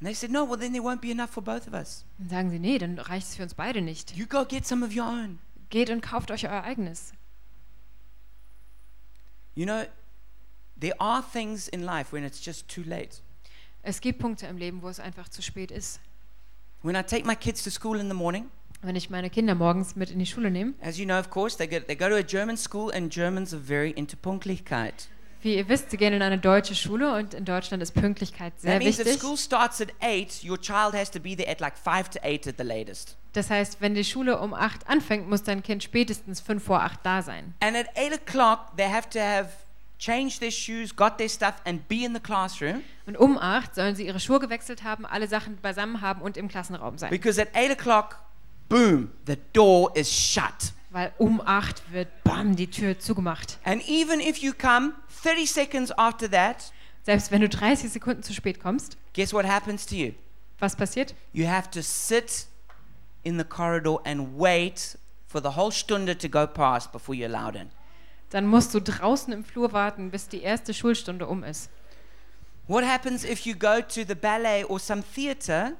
A: And they said, No, well, then there won't be enough for both of us.
B: Dann sagen sie, nee, dann reicht es für uns beide nicht.
A: You go get some of your own.
B: Geht und kauft euch euer eigenes.
A: You know, there are things in life when it's just too late.
B: Es gibt Punkte im Leben, wo es einfach zu spät ist.
A: When I take my kids to school in the morning,
B: Wenn ich meine Kinder morgens mit in die Schule nehme,
A: as you know, of course, they go, they go to a German school, and Germans are very into Punktlichkeit.
B: wie ihr wisst, sie gehen in eine deutsche Schule und in Deutschland ist Pünktlichkeit sehr
A: That means if
B: wichtig.
A: school starts at 8, your child has to be there at like 5 to 8 at the latest.
B: Das heißt, wenn die Schule um 8 anfängt, muss dein Kind spätestens 5 vor 8 da sein.
A: And at 8 o'clock, they have to have changed their shoes, got their stuff, and be in the classroom.
B: Und um 8 sollen sie ihre Schuhe gewechselt haben, alle Sachen beisammen haben und im Klassenraum sein.
A: Because at 8 o'clock, boom, the door is shut.
B: Weil um 8 wird, bam, die Tür zugemacht.
A: And even if you come 30 seconds after that,
B: Selbst wenn du 30 Sekunden zu spät kommst,
A: guess what happens to you?
B: was passiert?
A: You have to sit in the corridor and wait for the whole Stunde to go past before you're allowed in.
B: Dann musst du draußen im Flur warten, bis die erste Schulstunde um ist.
A: What happens if you go to the ballet or some theater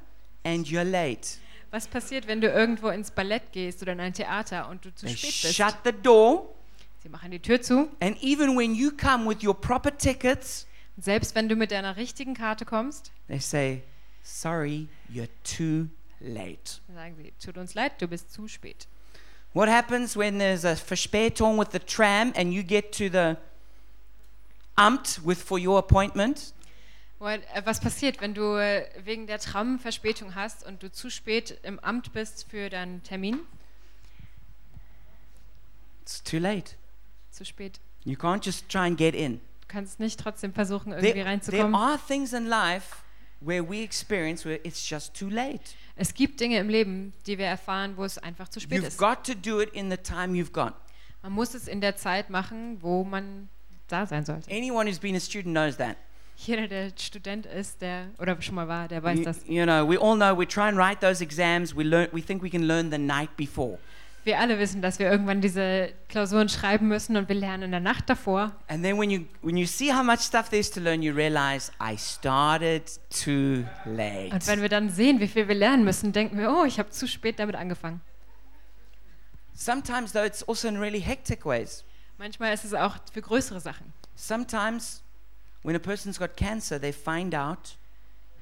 A: and you're late?
B: Was passiert, wenn du irgendwo ins Ballett gehst oder in ein Theater und du zu
A: They
B: spät bist?
A: shut the door,
B: Sie machen die Tür zu.
A: and even when you come with your proper tickets,
B: Und selbst wenn du mit deiner richtigen Karte kommst,
A: they say, Sorry, you're too late.
B: dann sagen sie, tut uns leid, du bist zu spät.
A: What happens when there's a verspätung with the tram and you get to the amt with for your appointment?
B: What- äh, Was passiert, wenn du äh, wegen der Tram Verspätung hast und du zu spät im Amt bist für deinen Termin?
A: It's too late.
B: Zu spät.
A: You can't just try and get in.
B: Du kannst nicht trotzdem versuchen, irgendwie
A: There, there
B: reinzukommen.
A: are things in life where we experience where it's just too late.
B: Es gibt Dinge im Leben, die wir erfahren, wo es einfach zu spät
A: You've
B: ist.
A: got to do it in the time you've got.
B: Man muss es in der Zeit machen, wo man da sein sollte.
A: Anyone who's been a student knows that.
B: Jeder, der Student ist, der oder schon mal war, der weiß
A: You,
B: das.
A: you know, we all know we try and write those exams. We learn. We think we can learn the night before,
B: Wir alle wissen, dass wir irgendwann diese Klausuren schreiben müssen und wir lernen in der Nacht davor.
A: and then when you when you see how much stuff there's to learn, you realize I started too late.
B: Und wenn wir dann sehen, wie viel wir lernen müssen, denken wir, oh, ich habe zu spät damit angefangen.
A: Sometimes though, it's also in really hectic ways.
B: Manchmal ist es auch für größere Sachen.
A: Sometimes, when a person's got cancer, they find out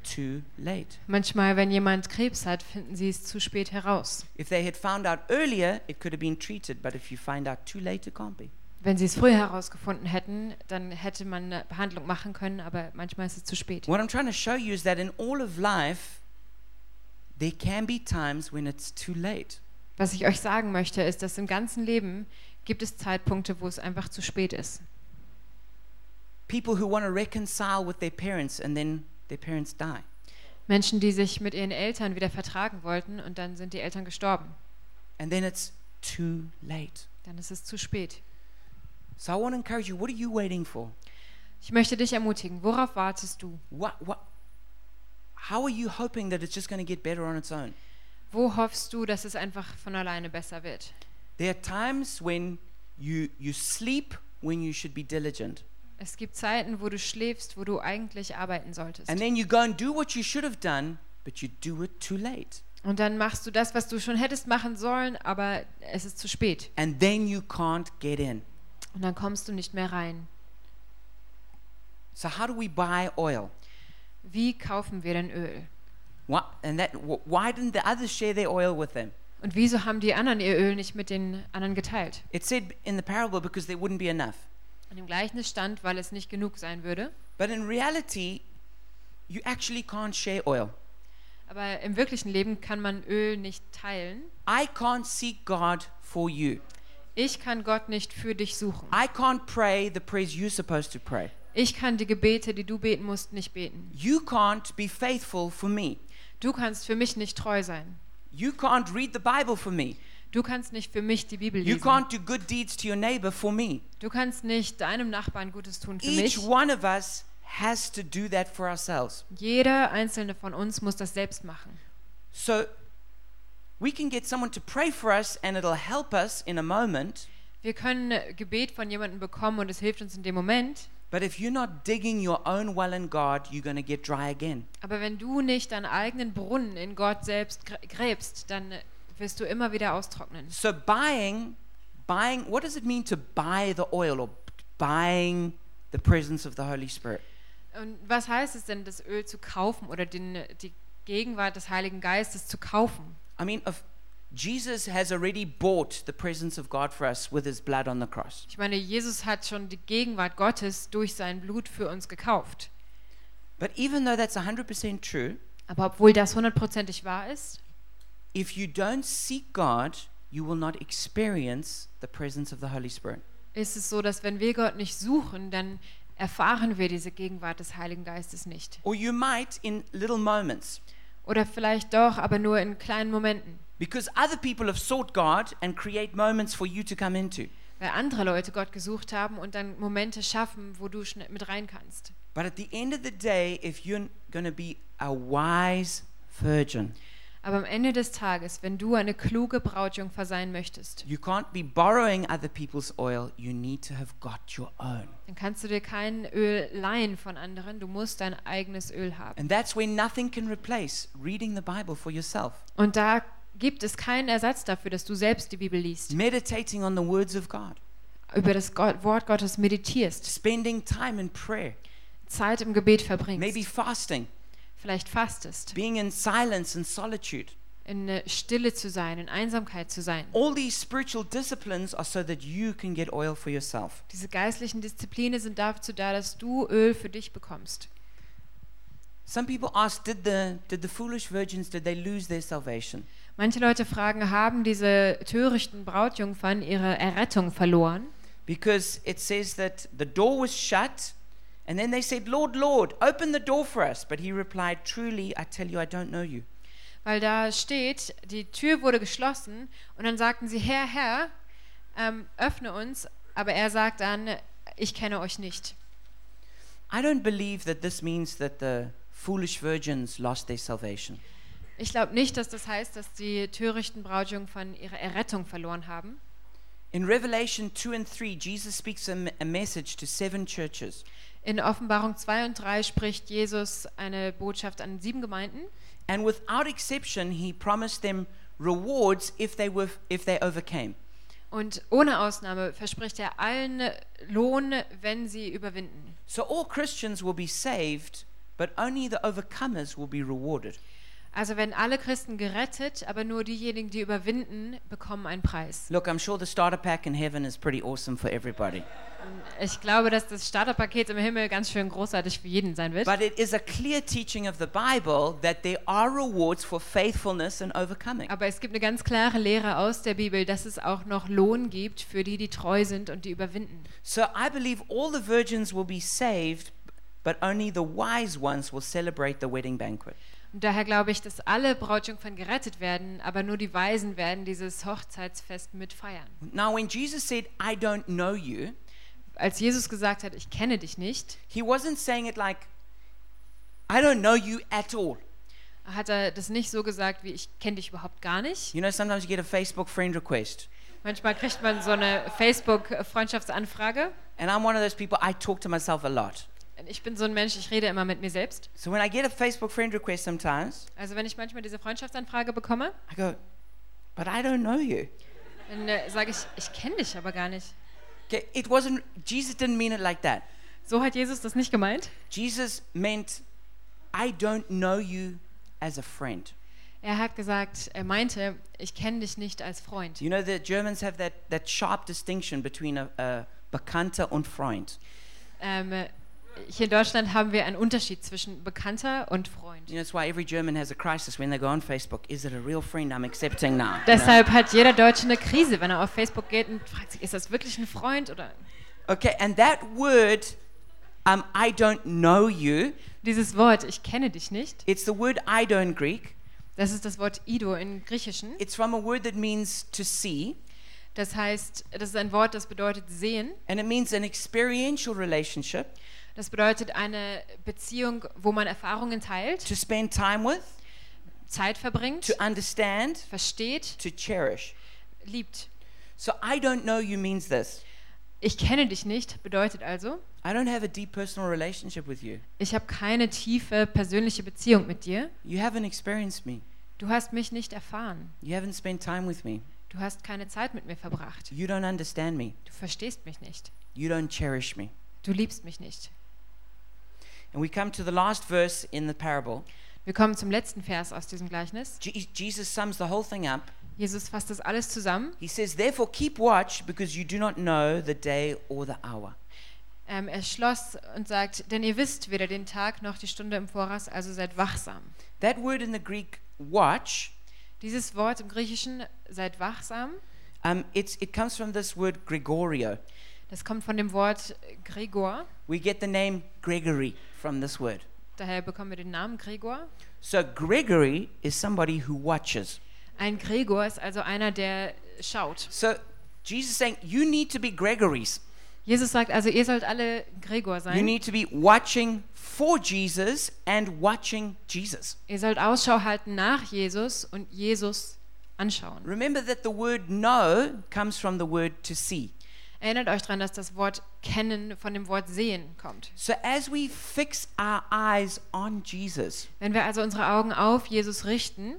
A: too late.
B: Manchmal, wenn jemand Krebs hat, finden sie es zu spät heraus.
A: If they had found out earlier, it could have been treated, but if you find out too late, it can't be.
B: Wenn sie es früher herausgefunden hätten, dann hätte man eine Behandlung machen können, aber manchmal ist es zu spät.
A: What I'm trying to show you is that in all of life, there can be times when it's too late.
B: Was ich euch sagen möchte, ist, dass im ganzen Leben gibt es Zeitpunkte, wo es einfach zu spät ist.
A: People who want to reconcile with their parents and then their parents die.
B: Menschen, die sich mit ihren Eltern wieder vertragen wollten und dann sind die Eltern gestorben.
A: And then it's too late.
B: Dann ist es zu spät.
A: So I want to encourage you what are you waiting for?
B: Ich möchte dich ermutigen, worauf wartest du?
A: What, what, how are you hoping that it's just going to get better on its own?
B: Wo hoffst du, dass es einfach von alleine besser wird?
A: There are times when you, you sleep when you should be diligent.
B: Es gibt Zeiten, wo du schläfst, wo du eigentlich arbeiten solltest.
A: And then you go and do what you should have done, but you do it too late.
B: Und dann machst du das, was du schon hättest machen sollen, aber es ist zu spät.
A: And then you can't get in.
B: Und dann kommst du nicht mehr rein.
A: So how do we buy oil?
B: Wie kaufen wir denn Öl?
A: Why, and that, wh- why didn't the others share their oil with them?
B: Und wieso haben die anderen ihr Öl nicht mit den anderen geteilt?
A: It said in the parable because there wouldn't be enough.
B: Und im Gleichnis stand, weil es nicht genug sein würde.
A: But in reality, you actually can't share oil.
B: Aber im wirklichen Leben kann man Öl nicht teilen.
A: I can't seek God for you.
B: Ich kann Gott nicht für dich suchen.
A: I can't pray the prayers you're supposed to pray.
B: Ich kann die Gebete, die du beten musst, nicht beten.
A: You can't be faithful for me.
B: Du kannst für mich nicht treu sein.
A: You can't read the Bible for me.
B: Du kannst nicht für mich die Bibel
A: You
B: lesen.
A: can't do good deeds to your neighbor for me.
B: Du kannst nicht deinem Nachbarn Gutes tun für
A: Each
B: mich.
A: one of us has to do that for ourselves.
B: Jeder einzelne von uns muss das selbst machen.
A: So we can get someone to pray for us and it'll help us in a moment,
B: Wir können äh, Gebet von jemandem bekommen und es hilft uns in dem Moment.
A: but if you're not digging your own well in God, you're going to get dry again.
B: Aber wenn du nicht deinen eigenen Brunnen in Gott selbst grä- gräbst, dann äh, wirst du immer wieder austrocknen.
A: So buying, buying, what does it mean to buy the oil or buying the presence of the Holy Spirit?
B: Und was heißt es denn, das Öl zu kaufen oder den, äh, die Gegenwart des Heiligen Geistes zu kaufen?
A: I mean, of Jesus has already bought the presence of God for us with his blood on the cross.
B: Ich meine, Jesus hat schon die Gegenwart Gottes durch sein Blut für uns gekauft.
A: But even though that's 100% true,
B: Aber obwohl das hundertprozentig wahr ist,
A: if you don't seek God, you will not experience the presence of the Holy Spirit.
B: ist es so, dass wenn wir Gott nicht suchen, dann erfahren wir diese Gegenwart des Heiligen Geistes nicht.
A: Or you might in little moments,
B: Oder vielleicht doch, aber nur in kleinen Momenten.
A: because other people have sought God and create moments for you to come into.
B: Weil andere Leute Gott gesucht haben und dann Momente schaffen, wo du schn- mit rein kannst.
A: But at the end of the day, if you're going to be a wise virgin,
B: Aber am Ende des Tages, wenn du eine kluge Brautjungfer sein möchtest,
A: you can't be borrowing other people's oil. You need to have got your own.
B: dann kannst du dir kein Öl leihen von anderen, du musst dein eigenes Öl haben.
A: And that's where nothing can replace reading the Bible for yourself,
B: Und da gibt es keinen Ersatz dafür, dass du selbst die Bibel liest,
A: meditating on the words of God,
B: über das Gott, Wort Gottes meditierst,
A: spending time in prayer,
B: Zeit im Gebet
A: maybe
B: verbringst,
A: fasting,
B: vielleicht fastest,
A: being in silence and solitude.
B: in äh, Stille zu sein, in Einsamkeit zu sein.
A: All these spiritual disciplines are so that you can get oil for yourself.
B: Diese geistlichen Disziplinen sind dazu da, dass du Öl für dich bekommst.
A: Some people ask, did the, did the foolish virgins, did they lose their salvation?
B: Manche Leute fragen, haben diese törichten Brautjungfern ihre Errettung verloren?
A: Because it says that the door was shut, and then they said, Lord, Lord, open the door for us. But he replied, Truly, I tell you, I don't know you.
B: Weil da steht, die Tür wurde geschlossen und dann sagten sie, Herr, Herr, ähm, öffne uns. Aber er sagt dann, ich kenne euch nicht.
A: I don't believe that this means that the foolish virgins lost their salvation.
B: Ich glaube nicht, dass das heißt, dass die törichten Brautjungfern ihre Errettung verloren haben.
A: In Revelation 2 and 3, Jesus speaks a, m- a message to seven churches,
B: In Offenbarung 2 und 3 spricht Jesus eine Botschaft an sieben Gemeinden
A: and without exception, he promised them rewards if they, were, if they overcame.
B: und ohne Ausnahme verspricht er allen Lohn, wenn sie überwinden.
A: So all Christians will be saved, but only the overcomers will be rewarded.
B: Also werden alle Christen gerettet, aber nur diejenigen, die überwinden, bekommen einen Preis.
A: Look, I'm sure the starter pack in heaven is pretty awesome for everybody.
B: Ich glaube, dass das Starterpaket im Himmel ganz schön großartig für jeden sein wird.
A: But it is a clear teaching of the Bible that there are rewards for faithfulness and overcoming.
B: Aber es gibt eine ganz klare Lehre aus der Bibel, dass es auch noch Lohn gibt für die, die treu sind und die überwinden.
A: So I believe all the virgins will be saved, but only the wise ones will celebrate the wedding banquet.
B: Und daher glaube ich, dass alle Brautjungfern gerettet werden, aber nur die Weisen werden dieses Hochzeitsfest mitfeiern.
A: Now, when Jesus said, I don't know you,
B: Als Jesus gesagt hat, ich kenne dich nicht,
A: he wasn't saying it like, I don't know you at all.
B: hat er das nicht so gesagt, wie ich kenne dich überhaupt gar nicht.
A: You know, sometimes you get a Facebook friend request.
B: Manchmal kriegt man so eine Facebook-Freundschaftsanfrage.
A: And I'm one of those people, I talk to myself a lot.
B: Ich bin so ein Mensch, ich rede immer mit mir selbst.
A: So when I get a Facebook friend request sometimes,
B: Also wenn ich manchmal diese Freundschaftsanfrage bekomme,
A: I go, but I don't know you.
B: dann äh, sage ich, ich kenne dich aber gar nicht.
A: Okay, it wasn't, Jesus didn't mean it like that.
B: So hat Jesus das nicht gemeint.
A: Jesus meant, I don't know you as a friend.
B: Er hat gesagt, er meinte, ich kenne dich nicht als Freund.
A: You know, the Germans have that, that sharp distinction between a, a Bekannter und Freund.
B: Ähm, äh, Hier in Deutschland haben wir einen Unterschied zwischen Bekannter und Freund.
A: You know, it's why every German has a crisis when they go on Facebook. Is it a real friend I'm accepting now? You know?
B: Deshalb hat jeder Deutsche eine Krise, wenn er auf Facebook geht und fragt sich, ist das wirklich ein Freund oder
A: Okay, and that word, um, I don't know you,
B: dieses Wort, ich kenne dich nicht.
A: it's the word Ido in Greek.
B: Das ist das Wort Ido im Griechischen.
A: It's from a word that means to see,
B: Das heißt, das ist ein Wort, das bedeutet sehen.
A: and it means an experiential relationship
B: Das bedeutet eine Beziehung, wo man Erfahrungen teilt,
A: to spend time with,
B: Zeit verbringt,
A: to understand,
B: versteht,
A: to cherish.
B: liebt.
A: So I don't know you means this.
B: Ich kenne dich nicht bedeutet also,
A: I don't have a deep personal relationship with you.
B: ich habe keine tiefe persönliche Beziehung mit dir.
A: You haven't experienced me.
B: Du hast mich nicht erfahren.
A: You haven't spent time with me.
B: Du hast keine Zeit mit mir verbracht.
A: You don't understand me.
B: Du verstehst mich nicht.
A: You don't cherish me.
B: Du liebst mich nicht.
A: And we come to the last verse in the parable.
B: Wir kommen zum letzten Vers aus diesem Gleichnis.
A: Je- Jesus sums the whole thing up.
B: Jesus fasst das alles zusammen.
A: He says, Therefore, keep watch because you do not know the day or the hour.
B: Ähm, er schloss und sagt, denn ihr wisst weder den Tag noch die Stunde im Voraus, also seid wachsam.
A: That word in the Greek, watch,
B: Dieses Wort im Griechischen, seid wachsam,
A: um, it's, it comes from this word Gregorio.
B: das kommt von dem Wort Gregor.
A: We get the name Gregory from this word.
B: Daher bekommen wir den Namen Gregor.
A: So, Gregory is somebody who watches.
B: Ein Gregor ist also einer, der schaut.
A: So, Jesus is saying, You need to be Gregories.
B: Jesus sagt also, ihr sollt alle Gregor
A: You
B: sein.
A: need to be watching for Jesus and watching Jesus.
B: Ihr sollt Ausschau halten nach Jesus und Jesus anschauen.
A: Remember that the word know comes from the word to see.
B: Erinnert euch daran, dass das Wort kennen von dem Wort sehen kommt.
A: So as we fix our eyes on Jesus,
B: Wenn wir also unsere Augen auf Jesus richten,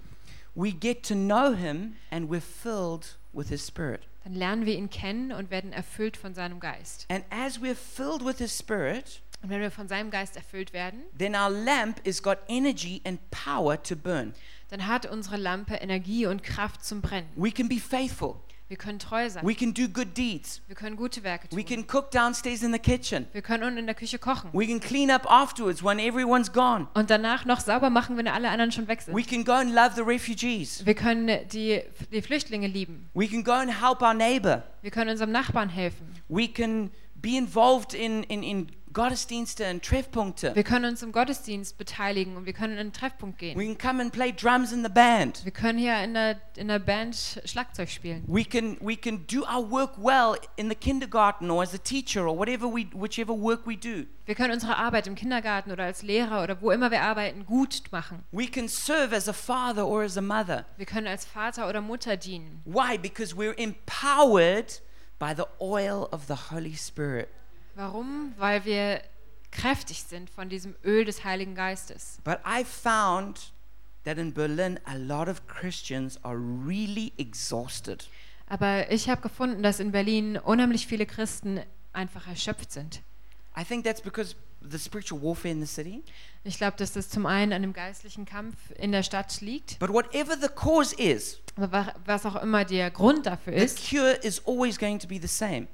A: we get to know him and we're filled with his spirit.
B: dann lernen wir ihn kennen und werden erfüllt von seinem Geist.
A: And as we're filled with his spirit,
B: Und wenn wir von seinem Geist erfüllt werden,
A: then our lamp has got energy and power to burn.
B: dann hat unsere Lampe Energie und Kraft zum Brennen.
A: We can be faithful.
B: Wir können treu sein.
A: We can do good deeds.
B: Wir können gute Werke
A: We can
B: tun.
A: cook downstairs in the kitchen.
B: Wir können unten in der Küche kochen.
A: We can clean up afterwards when everyone's gone.
B: Und danach noch sauber machen, wenn alle anderen schon weg
A: We
B: sind.
A: can go and love the refugees.
B: Wir können die, die Flüchtlinge lieben.
A: We can go and help our neighbor.
B: Wir können unserem Nachbarn helfen.
A: We can be involved in, in, in Gottesdienste and Treffpunkte.
B: Wir können uns im Gottesdienst beteiligen und wir können in einen Treffpunkt gehen.
A: We can come and play drums in the band.
B: Wir können hier in der, in der Band Schlagzeug spielen.
A: We can, we can do our work well in the kindergarten or as a teacher or whatever we, whichever work we do.
B: Wir können unsere Arbeit im Kindergarten oder als Lehrer oder wo immer wir arbeiten gut machen.
A: We can serve as a father or as a mother.
B: Wir können als Vater oder Mutter dienen.
A: Why? Because we're empowered by the oil of the Holy Spirit.
B: Warum? Weil wir kräftig sind von diesem Öl des Heiligen Geistes.
A: But I found that in Berlin, a lot of Christians are really exhausted.
B: Aber ich habe gefunden, dass in Berlin unheimlich viele Christen einfach erschöpft sind.
A: I think that's because the spiritual warfare in the city.
B: Ich glaube, dass das zum einen an dem geistlichen Kampf in der Stadt liegt,
A: But whatever the cause is,
B: aber wa- was auch immer der Grund dafür
A: the
B: ist,
A: cure is always going to be the same.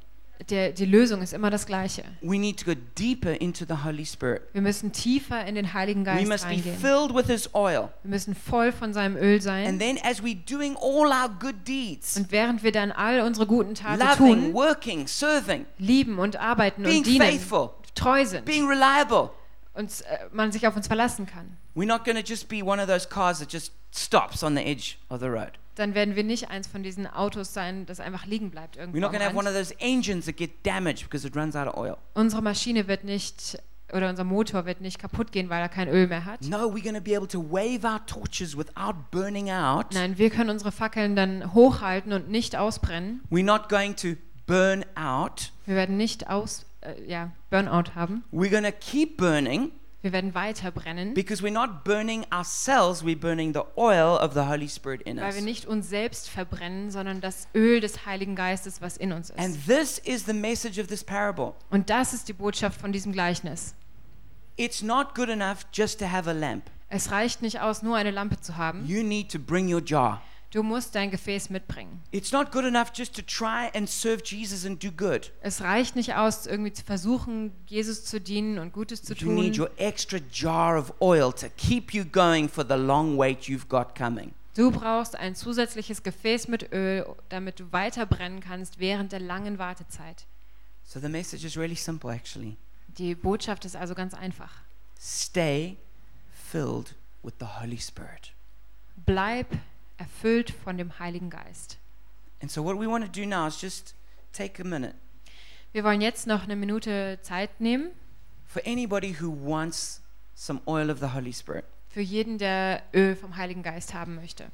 B: der, die Lösung ist immer das Gleiche.
A: We need to go deeper into the Holy Spirit.
B: Wir müssen tiefer in den Heiligen
A: We
B: Geist
A: must be
B: reingehen.
A: filled with His oil.
B: Wir müssen voll von seinem Öl
A: And
B: sein.
A: then, as we're doing all our good deeds,
B: Und während wir dann all unsere guten Taten
A: loving,
B: tun,
A: working, serving,
B: lieben und arbeiten
A: being
B: und dienen,
A: faithful,
B: treu sind,
A: being reliable,
B: uns, äh, man sich auf uns verlassen kann,
A: we're not going to just be one of those cars that just stops on the edge of the road.
B: dann werden wir nicht eins von diesen Autos sein, das einfach liegen bleibt
A: We're
B: irgendwo.
A: not going to have
B: Am
A: one of
B: Rand.
A: those engines that get damaged because it runs out of oil.
B: Unsere Maschine wird nicht oder unser Motor wird nicht kaputt gehen, weil er kein Öl mehr hat.
A: No, we're going to be able to wave our torches without burning out.
B: Nein, wir können unsere Fackeln dann hochhalten und nicht ausbrennen.
A: We're not going to burn out.
B: Wir werden nicht aus, äh, ja, Burnout haben.
A: We're going to keep burning
B: Wir werden weiter brennen,
A: because we're not burning ourselves, we're burning the oil of the Holy Spirit in
B: weil
A: us.
B: wir nicht uns selbst verbrennen, sondern das Öl des Heiligen Geistes, was in uns
A: And
B: ist.
A: this is the message of this parable.
B: Und das ist die Botschaft von diesem Gleichnis.
A: It's not good enough just to have a lamp.
B: Es reicht nicht aus, nur eine Lampe zu haben.
A: You need to bring your jar.
B: Du musst dein Gefäß mitbringen.
A: It's not good enough just to try and serve Jesus and do good.
B: Es reicht nicht aus, irgendwie zu versuchen, Jesus zu dienen und Gutes zu
A: You need
B: tun.
A: your extra jar of oil to keep you going for the long wait you've got coming.
B: Du brauchst ein zusätzliches Gefäß mit Öl, damit du weiter brennen kannst während der langen Wartezeit.
A: So the message is really simple, actually.
B: Die Botschaft ist also ganz einfach.
A: Stay filled with the Holy Spirit.
B: Bleib erfüllt von dem Heiligen Geist.
A: And so, what we want to do now is just take a minute
B: Wir wollen jetzt noch eine Minute Zeit nehmen
A: for anybody who wants some oil of the Holy Spirit.
B: für jeden, der Öl vom Heiligen Geist haben möchte.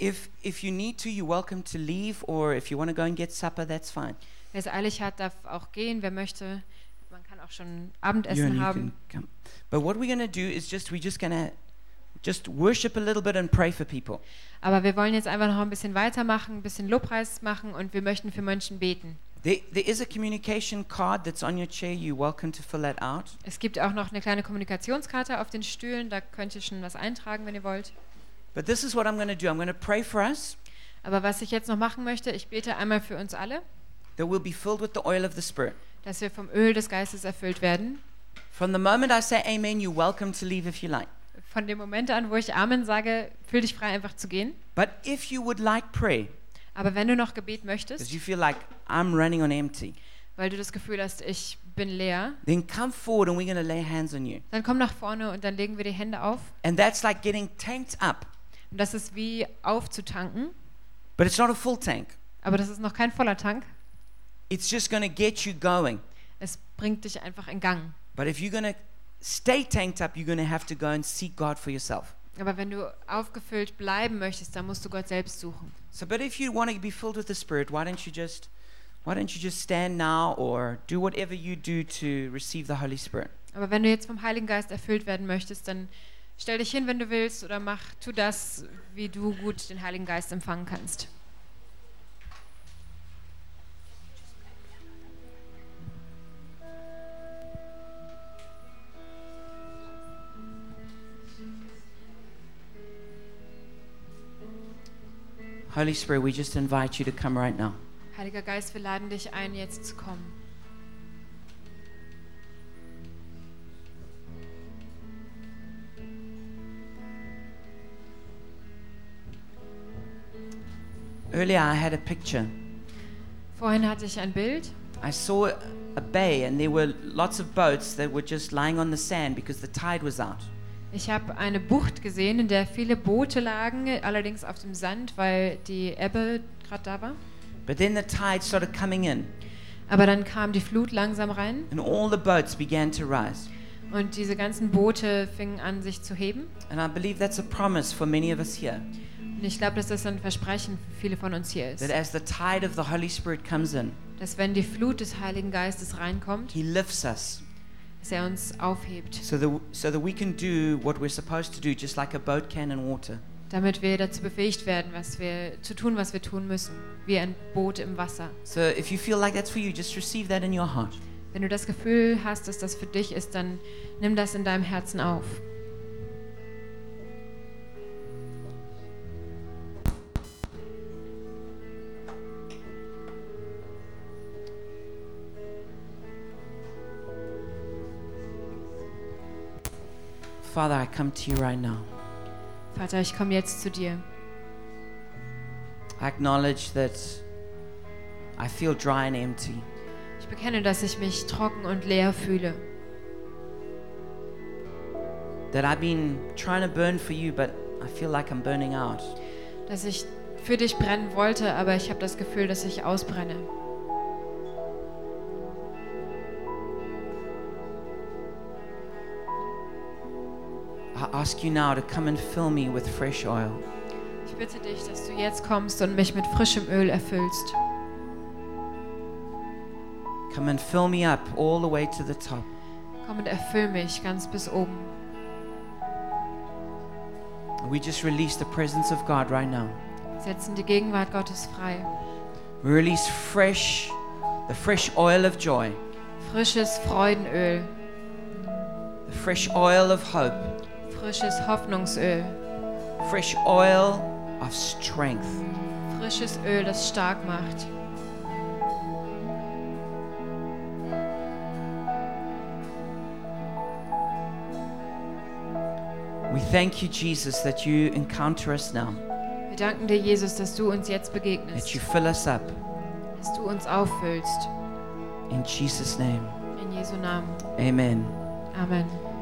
A: If, if you need to, you're welcome to leave, or if you want to go and get supper, that's fine.
B: Wer es eilig hat, darf auch gehen, wer möchte. Man kann auch schon
A: You and
B: Abendessen
A: you
B: haben.
A: can come. But what we're going to do is just, we're just going to just worship a little bit and pray for people.
B: Aber wir wollen jetzt einfach noch ein bisschen weitermachen, ein bisschen Lobpreis machen und wir möchten für Menschen beten.
A: There, there is a communication card that's on your chair. You're welcome to fill that out.
B: Es gibt auch noch eine kleine Kommunikationskarte auf den Stühlen, da könnt ihr schon was eintragen, wenn ihr wollt.
A: But this is what I'm going to do I'm going to pray for us
B: Aber was ich jetzt noch machen möchte, ich bete einmal für uns alle,
A: that we'll be filled with the oil of the Spirit.
B: dass wir vom Öl des Geistes erfüllt werden.
A: From the moment I say amen, you're welcome to leave if you like.
B: Von dem Moment an, wo ich Amen sage, fühl dich frei, einfach zu gehen.
A: But if you would like prayer,
B: Aber wenn du noch Gebet
A: because
B: möchtest,
A: you feel like I'm running on empty,
B: weil du das Gefühl hast, ich bin leer,
A: then come forward and we're going to lay hands on you.
B: dann komm nach vorne und dann legen wir die Hände auf.
A: And that's like getting tanked up,
B: Und das ist wie aufzutanken,
A: but it's not a full tank.
B: aber das ist noch kein voller Tank.
A: It's just going to get you going.
B: Es bringt dich einfach in Gang.
A: But if you're going to stay tanked up, you're going to have to go and seek God for yourself.
B: Aber wenn du aufgefüllt bleiben möchtest, dann musst du Gott selbst suchen.
A: So, but if you want to be filled with the Spirit, why don't you just, why don't you just stand now or do whatever you do to receive the Holy Spirit?
B: Aber wenn du jetzt vom Heiligen Geist erfüllt werden möchtest, dann stell dich hin, wenn du willst, oder mach, tu das, wie du gut den Heiligen Geist empfangen kannst.
A: Holy Spirit, we just invite you to come right now.
B: Heiliger Geist, wir laden dich ein, jetzt zu kommen.
A: Earlier, I had a picture.
B: Vorhin hatte ich ein Bild.
A: I saw a bay, and there were lots of boats that were just lying on the sand because the tide was out.
B: Ich habe eine Bucht gesehen, in der viele Boote lagen, allerdings auf dem Sand, weil die Ebbe gerade da war.
A: But then the tide started coming in,
B: Aber dann kam die Flut langsam rein
A: and all the boats began to rise.
B: und diese ganzen Boote fingen an, sich zu heben.
A: And I believe that's a promise for many of us here
B: Und ich glaube, dass das ein Versprechen für viele von uns hier ist.
A: that as the tide of the Holy Spirit comes in,
B: Dass wenn die Flut des Heiligen Geistes reinkommt,
A: He lifts us
B: dass er uns aufhebt,
A: so that, so that we can do what we're supposed to do, just like a boat can in water.
B: damit wir dazu befähigt werden, was wir zu tun, was wir tun müssen, wie ein Boot im Wasser.
A: So if you feel like that's for you, just receive that in your heart.
B: Wenn du das Gefühl hast, dass das für dich ist, dann nimm das in deinem Herzen auf.
A: Father, I come to you right now.
B: Vater, ich komme jetzt zu dir.
A: I acknowledge that I feel dry and empty.
B: Ich bekenne, dass ich mich trocken und leer fühle,
A: That I've been trying to burn for you, but I feel like I'm burning out.
B: dass ich für dich brennen wollte, aber ich habe das Gefühl, dass ich ausbrenne.
A: I ask you now to come and fill me with fresh oil.
B: Ich bitte dich, dass du jetzt kommst und mich mit frischem Öl erfüllst.
A: Come and fill me up all the way to the top.
B: Komm und erfüll mich ganz bis oben.
A: And we just release the presence of God right now.
B: Setzen die Gegenwart Gottes frei.
A: We release fresh, the fresh oil of joy,
B: Frisches Freudenöl,
A: the fresh oil of hope,
B: frisches Hoffnungsöl,
A: fresh oil of strength.
B: Frisches Öl, das stark macht.
A: We thank you, Jesus, that you encounter us now,
B: Wir danken dir, Jesus, dass du uns jetzt
A: that
B: begegnest,
A: you fill us up.
B: dass du uns auffüllst.
A: In Jesus' name,
B: In Jesu Namen.
A: amen.
B: Amen.